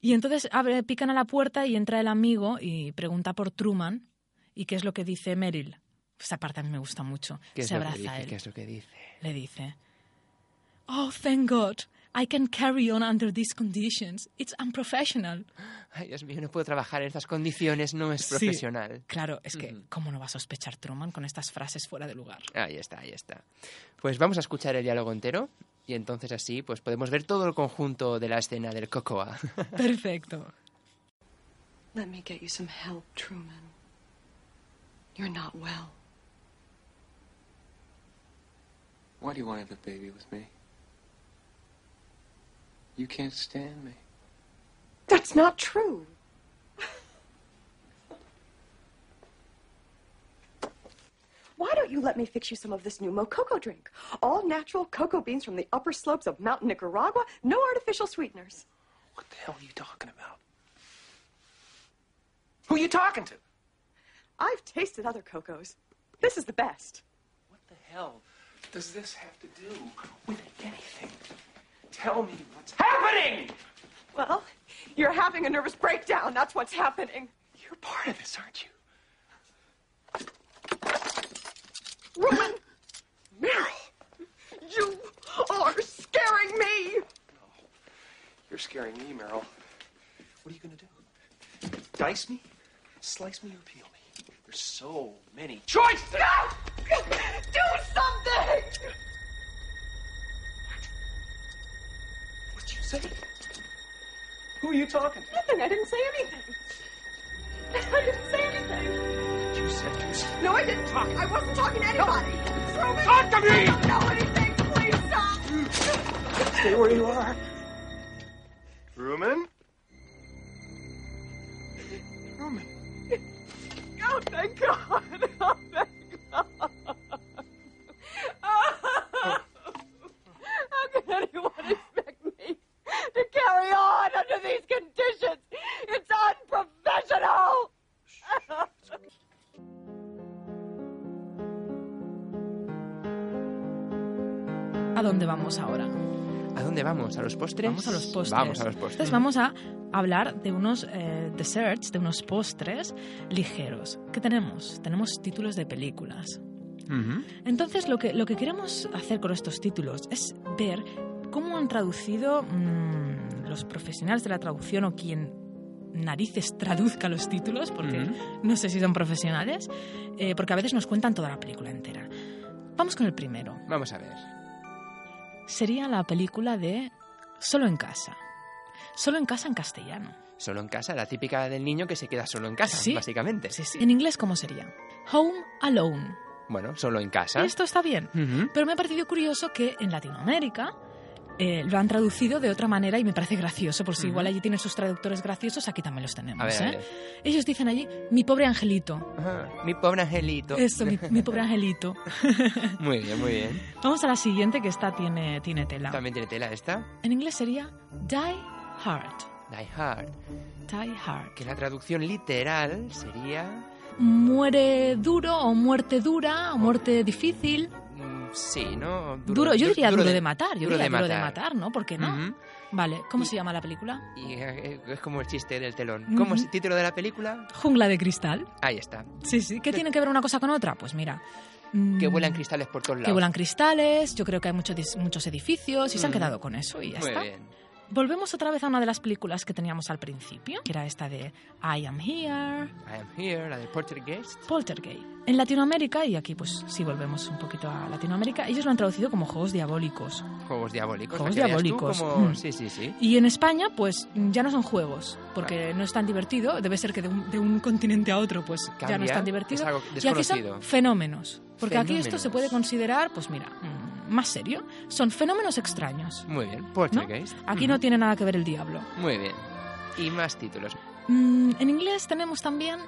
Speaker 6: Y entonces abre, pican a la puerta y entra el amigo y pregunta por Truman y qué es lo que dice Meryl. Esa parte a mí me gusta mucho.
Speaker 1: ¿Qué es
Speaker 6: Se
Speaker 1: lo que
Speaker 6: abraza
Speaker 1: dice?
Speaker 6: a él.
Speaker 1: ¿Qué es lo que dice?
Speaker 6: Le dice, Oh, thank God, I can carry on under these conditions. It's unprofessional.
Speaker 1: Ay, Dios mío, no puedo trabajar en estas condiciones, no es
Speaker 6: Sí.
Speaker 1: profesional.
Speaker 6: Claro, es que,
Speaker 1: Ujú.
Speaker 6: ¿cómo no va a sospechar Truman con estas frases fuera de lugar?
Speaker 1: Ahí está, ahí está. Pues vamos a escuchar el diálogo entero y entonces así pues podemos ver todo el conjunto de la escena del Cocoa.
Speaker 6: Perfecto.
Speaker 19: Let me get you some help, Truman. You're not well.
Speaker 20: Why do you want to have a baby with me? You can't stand me.
Speaker 19: That's not true. Why don't you you let me fix you some of this new Mococo drink? All natural cocoa beans from the upper slopes of Mountain Nicaragua, no artificial sweeteners.
Speaker 20: What the hell are you talking about? Who are you talking to?
Speaker 19: I've tasted other cocos. This is the best.
Speaker 20: What the hell does this have to do with anything? Tell me what's happening!
Speaker 19: Well, you're having a nervous breakdown. That's what's happening.
Speaker 20: You're part of this, aren't you?
Speaker 19: Roman! Meryl! You are scaring me!
Speaker 20: You're scaring me, Meryl. What are you gonna do? Dice me? Slice me or peel me? There's so many choices!
Speaker 19: No! Do something!
Speaker 20: What'd you say? Who are you talking to?
Speaker 19: Nothing. I didn't say anything. I didn't say anything.
Speaker 20: You said you said.
Speaker 19: No, I didn't talk. I wasn't talking to anybody. It's Roman.
Speaker 20: Talk to me!
Speaker 19: I don't know anything. Please stop.
Speaker 20: Stay where you are. Ruman? Ruman.
Speaker 19: Oh, thank God. Oh, thank God. Oh. How can anyone expect me to carry on under these conditions? It's unprofessional.
Speaker 6: ¿A dónde vamos ahora?
Speaker 1: ¿A dónde vamos? ¿A los postres?
Speaker 6: Vamos a los postres.
Speaker 1: Vamos a los postres.
Speaker 6: Entonces vamos a hablar de unos eh, desserts, de unos postres ligeros. ¿Qué tenemos? Tenemos títulos de películas.
Speaker 17: Mm-hmm.
Speaker 1: Ujú.
Speaker 6: Entonces lo que, lo que queremos hacer con estos títulos es ver cómo han traducido mm, los profesionales de la traducción o quien narices traduzca los títulos, porque no sé si son profesionales, eh, porque a veces nos cuentan toda la película entera. Vamos con el primero.
Speaker 1: Vamos a ver.
Speaker 6: Sería la película de Solo en casa. Solo en casa en castellano.
Speaker 1: Solo en casa, la típica del niño que se queda solo en casa,
Speaker 6: Sí.
Speaker 1: básicamente.
Speaker 6: ¿En inglés cómo sería? Home Alone.
Speaker 1: Bueno, solo en casa.
Speaker 6: Esto está bien.
Speaker 1: Ujú.
Speaker 6: Pero me ha parecido curioso que en Latinoamérica eh, lo han traducido de otra manera y me parece gracioso, por si
Speaker 1: Ujú.
Speaker 6: igual allí tienen sus traductores graciosos, aquí también los tenemos.
Speaker 1: A ver, a
Speaker 6: ¿eh?
Speaker 1: ver.
Speaker 6: Ellos dicen allí, mi pobre angelito.
Speaker 1: Ajá, Mi pobre angelito.
Speaker 6: Eso, mi, mi pobre angelito.
Speaker 1: Muy bien, muy bien.
Speaker 6: Vamos a la siguiente, que esta tiene, tiene tela.
Speaker 1: También tiene tela esta.
Speaker 6: En inglés sería Die Hard.
Speaker 1: Die Hard.
Speaker 6: Die Hard.
Speaker 1: Que la traducción literal sería...
Speaker 6: Muere duro o muerte dura o muerte difícil.
Speaker 1: mm, Sí, ¿no?
Speaker 6: Duro, yo diría duro, de, matar, yo
Speaker 1: duro
Speaker 6: diría
Speaker 1: de
Speaker 6: duro de
Speaker 1: matar.
Speaker 6: matar, ¿no? ¿Por qué no?
Speaker 1: Ujú.
Speaker 6: Vale, ¿cómo se llama la película?
Speaker 1: Y eh, es como el chiste del telón. ¿Cómo es el
Speaker 6: Ujú.
Speaker 1: título de la película?
Speaker 6: Jungla de cristal.
Speaker 1: Ahí está.
Speaker 6: Sí, sí. ¿Qué tiene que ver una cosa con otra? Pues mira. mm,
Speaker 1: Que vuelan cristales por todos lados.
Speaker 6: Que vuelan cristales, yo creo que hay muchos, dis- muchos edificios y se han
Speaker 1: Ujú.
Speaker 6: quedado con eso y ya
Speaker 1: Mm. Muy
Speaker 6: está.
Speaker 1: bien.
Speaker 6: Volvemos otra vez a una de las películas que teníamos al principio, que era esta de I Am Here,
Speaker 1: I am here, la de Poltergeist.
Speaker 6: Poltergeist. En Latinoamérica, y aquí pues sí volvemos un poquito a Latinoamérica, ellos lo han traducido como Juegos Diabólicos.
Speaker 1: Juegos diabólicos.
Speaker 6: Juegos
Speaker 1: para que veas tú
Speaker 6: diabólicos.
Speaker 1: cómo-
Speaker 6: Mm.
Speaker 1: Sí, sí, sí.
Speaker 6: Y en España, pues ya no son juegos, porque no es tan divertido. Debe ser que de un, de un continente a otro, pues ya no
Speaker 1: Cambia,
Speaker 6: es tan divertido.
Speaker 1: es algo
Speaker 6: y aquí
Speaker 1: desconocido.
Speaker 6: son fenómenos. Porque aquí esto se
Speaker 1: Fenómenos.
Speaker 6: puede considerar, pues mira, mm, más serio. Son fenómenos extraños.
Speaker 1: Muy bien. Poltergeist.
Speaker 6: Aquí
Speaker 1: Mm.
Speaker 6: no tiene nada que ver el diablo.
Speaker 1: Muy bien. Y más títulos.
Speaker 6: Mm, en inglés tenemos también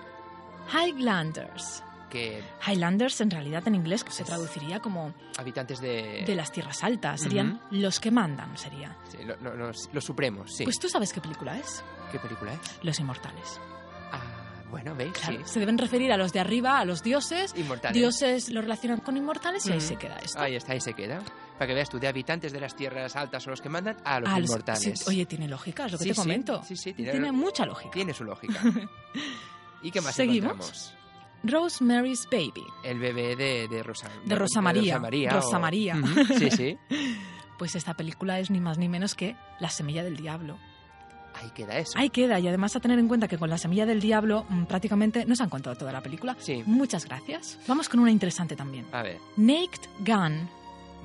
Speaker 6: Highlanders.
Speaker 1: Que
Speaker 6: Highlanders en realidad en inglés se traduciría como
Speaker 1: habitantes de...
Speaker 6: de las tierras altas. Serían los que mandan, sería.
Speaker 1: Sí, lo- lo- los, los supremos, sí.
Speaker 6: Pues tú sabes qué película es.
Speaker 1: ¿Qué película es?
Speaker 6: Los inmortales.
Speaker 1: Ah, bueno, veis,
Speaker 6: Claro,
Speaker 1: sí.
Speaker 6: se deben referir a los de arriba, a los dioses.
Speaker 1: Inmortales.
Speaker 6: Dioses lo relacionan con inmortales y ahí
Speaker 1: Ujú.
Speaker 6: se queda esto.
Speaker 1: Ahí está, ahí se queda. Para que veas tú, de habitantes de las tierras altas son los que mandan a los
Speaker 6: Ah, los-
Speaker 1: inmortales.
Speaker 6: sí, oye, tiene lógica, es lo que
Speaker 1: Sí,
Speaker 6: te
Speaker 1: sí,
Speaker 6: comento.
Speaker 1: sí, sí, tiene-
Speaker 6: mucha lógica.
Speaker 1: Tiene su lógica. ¿Y qué más
Speaker 6: Seguimos.
Speaker 1: encontramos?
Speaker 6: Rosemary's Baby.
Speaker 1: El bebé de, de Rosa...
Speaker 6: De Rosa María.
Speaker 1: Rosa María.
Speaker 6: Rosa
Speaker 1: o-
Speaker 6: María.
Speaker 1: Ujú, Sí, sí.
Speaker 6: Pues esta película es ni más ni menos que La semilla del diablo.
Speaker 1: Ahí queda eso.
Speaker 6: Ahí queda, y además a tener en cuenta que con La semilla del diablo mm, prácticamente nos han contado toda la película.
Speaker 1: Sí.
Speaker 6: Muchas gracias. Vamos con una interesante también.
Speaker 1: A ver.
Speaker 6: Naked Gun.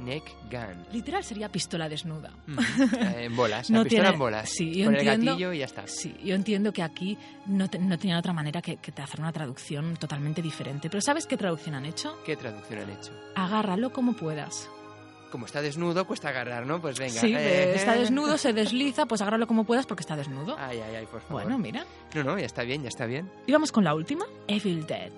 Speaker 1: Neck Gun.
Speaker 6: Literal sería pistola desnuda.
Speaker 1: Ujú. Eh, En bolas.
Speaker 6: No
Speaker 1: la pistola
Speaker 6: tiene-
Speaker 1: en bolas.
Speaker 6: sí, yo
Speaker 1: Con el
Speaker 6: entiendo-
Speaker 1: gatillo y ya está.
Speaker 6: Sí, yo entiendo que aquí no, te- no tenían otra manera que, que te hacer una traducción totalmente diferente. Pero ¿sabes qué traducción han hecho?
Speaker 1: ¿Qué traducción han hecho?
Speaker 6: Agárralo como puedas.
Speaker 1: Como está desnudo, cuesta agarrar, ¿no? Pues venga.
Speaker 6: Sí,
Speaker 1: eh, Ah,
Speaker 6: de- está desnudo, se desliza, pues agárralo como puedas porque está desnudo.
Speaker 1: Ay, ay, ay, por favor.
Speaker 6: Bueno, mira.
Speaker 1: No, no, ya está bien, ya está bien.
Speaker 6: Y vamos con la última, Evil Dead.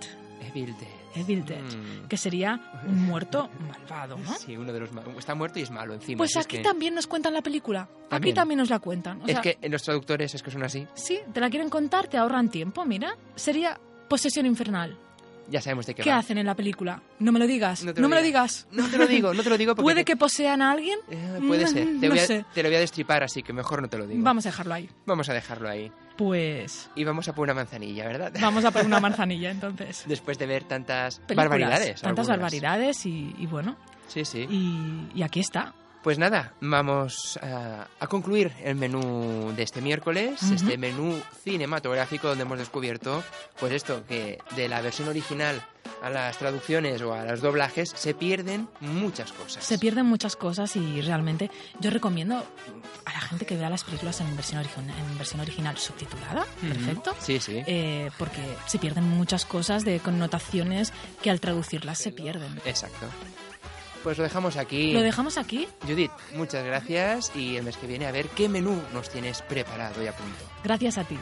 Speaker 1: Evil Dead.
Speaker 6: Evil Dead,
Speaker 1: Mm.
Speaker 6: que sería un muerto malvado, ¿no?
Speaker 1: Sí, uno de los malos. Está muerto y es malo encima.
Speaker 6: Pues
Speaker 1: si es
Speaker 6: aquí
Speaker 1: que-
Speaker 6: también nos cuentan la película. Aquí
Speaker 1: También.
Speaker 6: también nos la cuentan. O sea,
Speaker 1: es que los traductores es que son así.
Speaker 6: Sí, te la quieren contar, te ahorran tiempo, mira. Sería Posesión Infernal.
Speaker 1: Ya sabemos de qué,
Speaker 6: ¿Qué
Speaker 1: va.
Speaker 6: hacen en la película? No me lo digas. No,
Speaker 1: te lo
Speaker 6: me lo
Speaker 1: digo.
Speaker 6: digas.
Speaker 1: No te lo digo, no te lo digo porque...
Speaker 6: ¿Puede que posean a alguien?
Speaker 1: Puede ser. Te,
Speaker 6: no
Speaker 1: voy a-
Speaker 6: sé.
Speaker 1: te lo voy a destripar, así que mejor no te lo digo.
Speaker 6: Vamos a dejarlo ahí.
Speaker 1: Vamos a dejarlo ahí.
Speaker 6: Pues
Speaker 1: Y vamos a por una manzanilla, ¿verdad?
Speaker 6: vamos a por una manzanilla entonces.
Speaker 1: Después de ver tantas
Speaker 6: Películas,
Speaker 1: barbaridades.
Speaker 6: Tantas
Speaker 1: algunas.
Speaker 6: barbaridades y, y bueno.
Speaker 1: Sí, sí.
Speaker 6: Y, y aquí está.
Speaker 1: Pues nada, vamos a, a concluir el menú de este miércoles,
Speaker 6: Ujú.
Speaker 1: este menú cinematográfico donde hemos descubierto, pues esto, que de la versión original a las traducciones o a los doblajes se pierden muchas cosas.
Speaker 6: Se pierden muchas cosas y realmente yo recomiendo a la gente que vea las películas en versión, origi- en versión original subtitulada. Perfecto.
Speaker 1: Sí, sí.
Speaker 6: eh, porque se pierden muchas cosas de connotaciones que al traducirlas se pierden.
Speaker 1: Exacto. Pues lo dejamos aquí.
Speaker 6: Lo dejamos aquí.
Speaker 1: Judith, muchas gracias y el mes que viene a ver qué menú nos tienes preparado y a punto.
Speaker 6: Gracias a ti.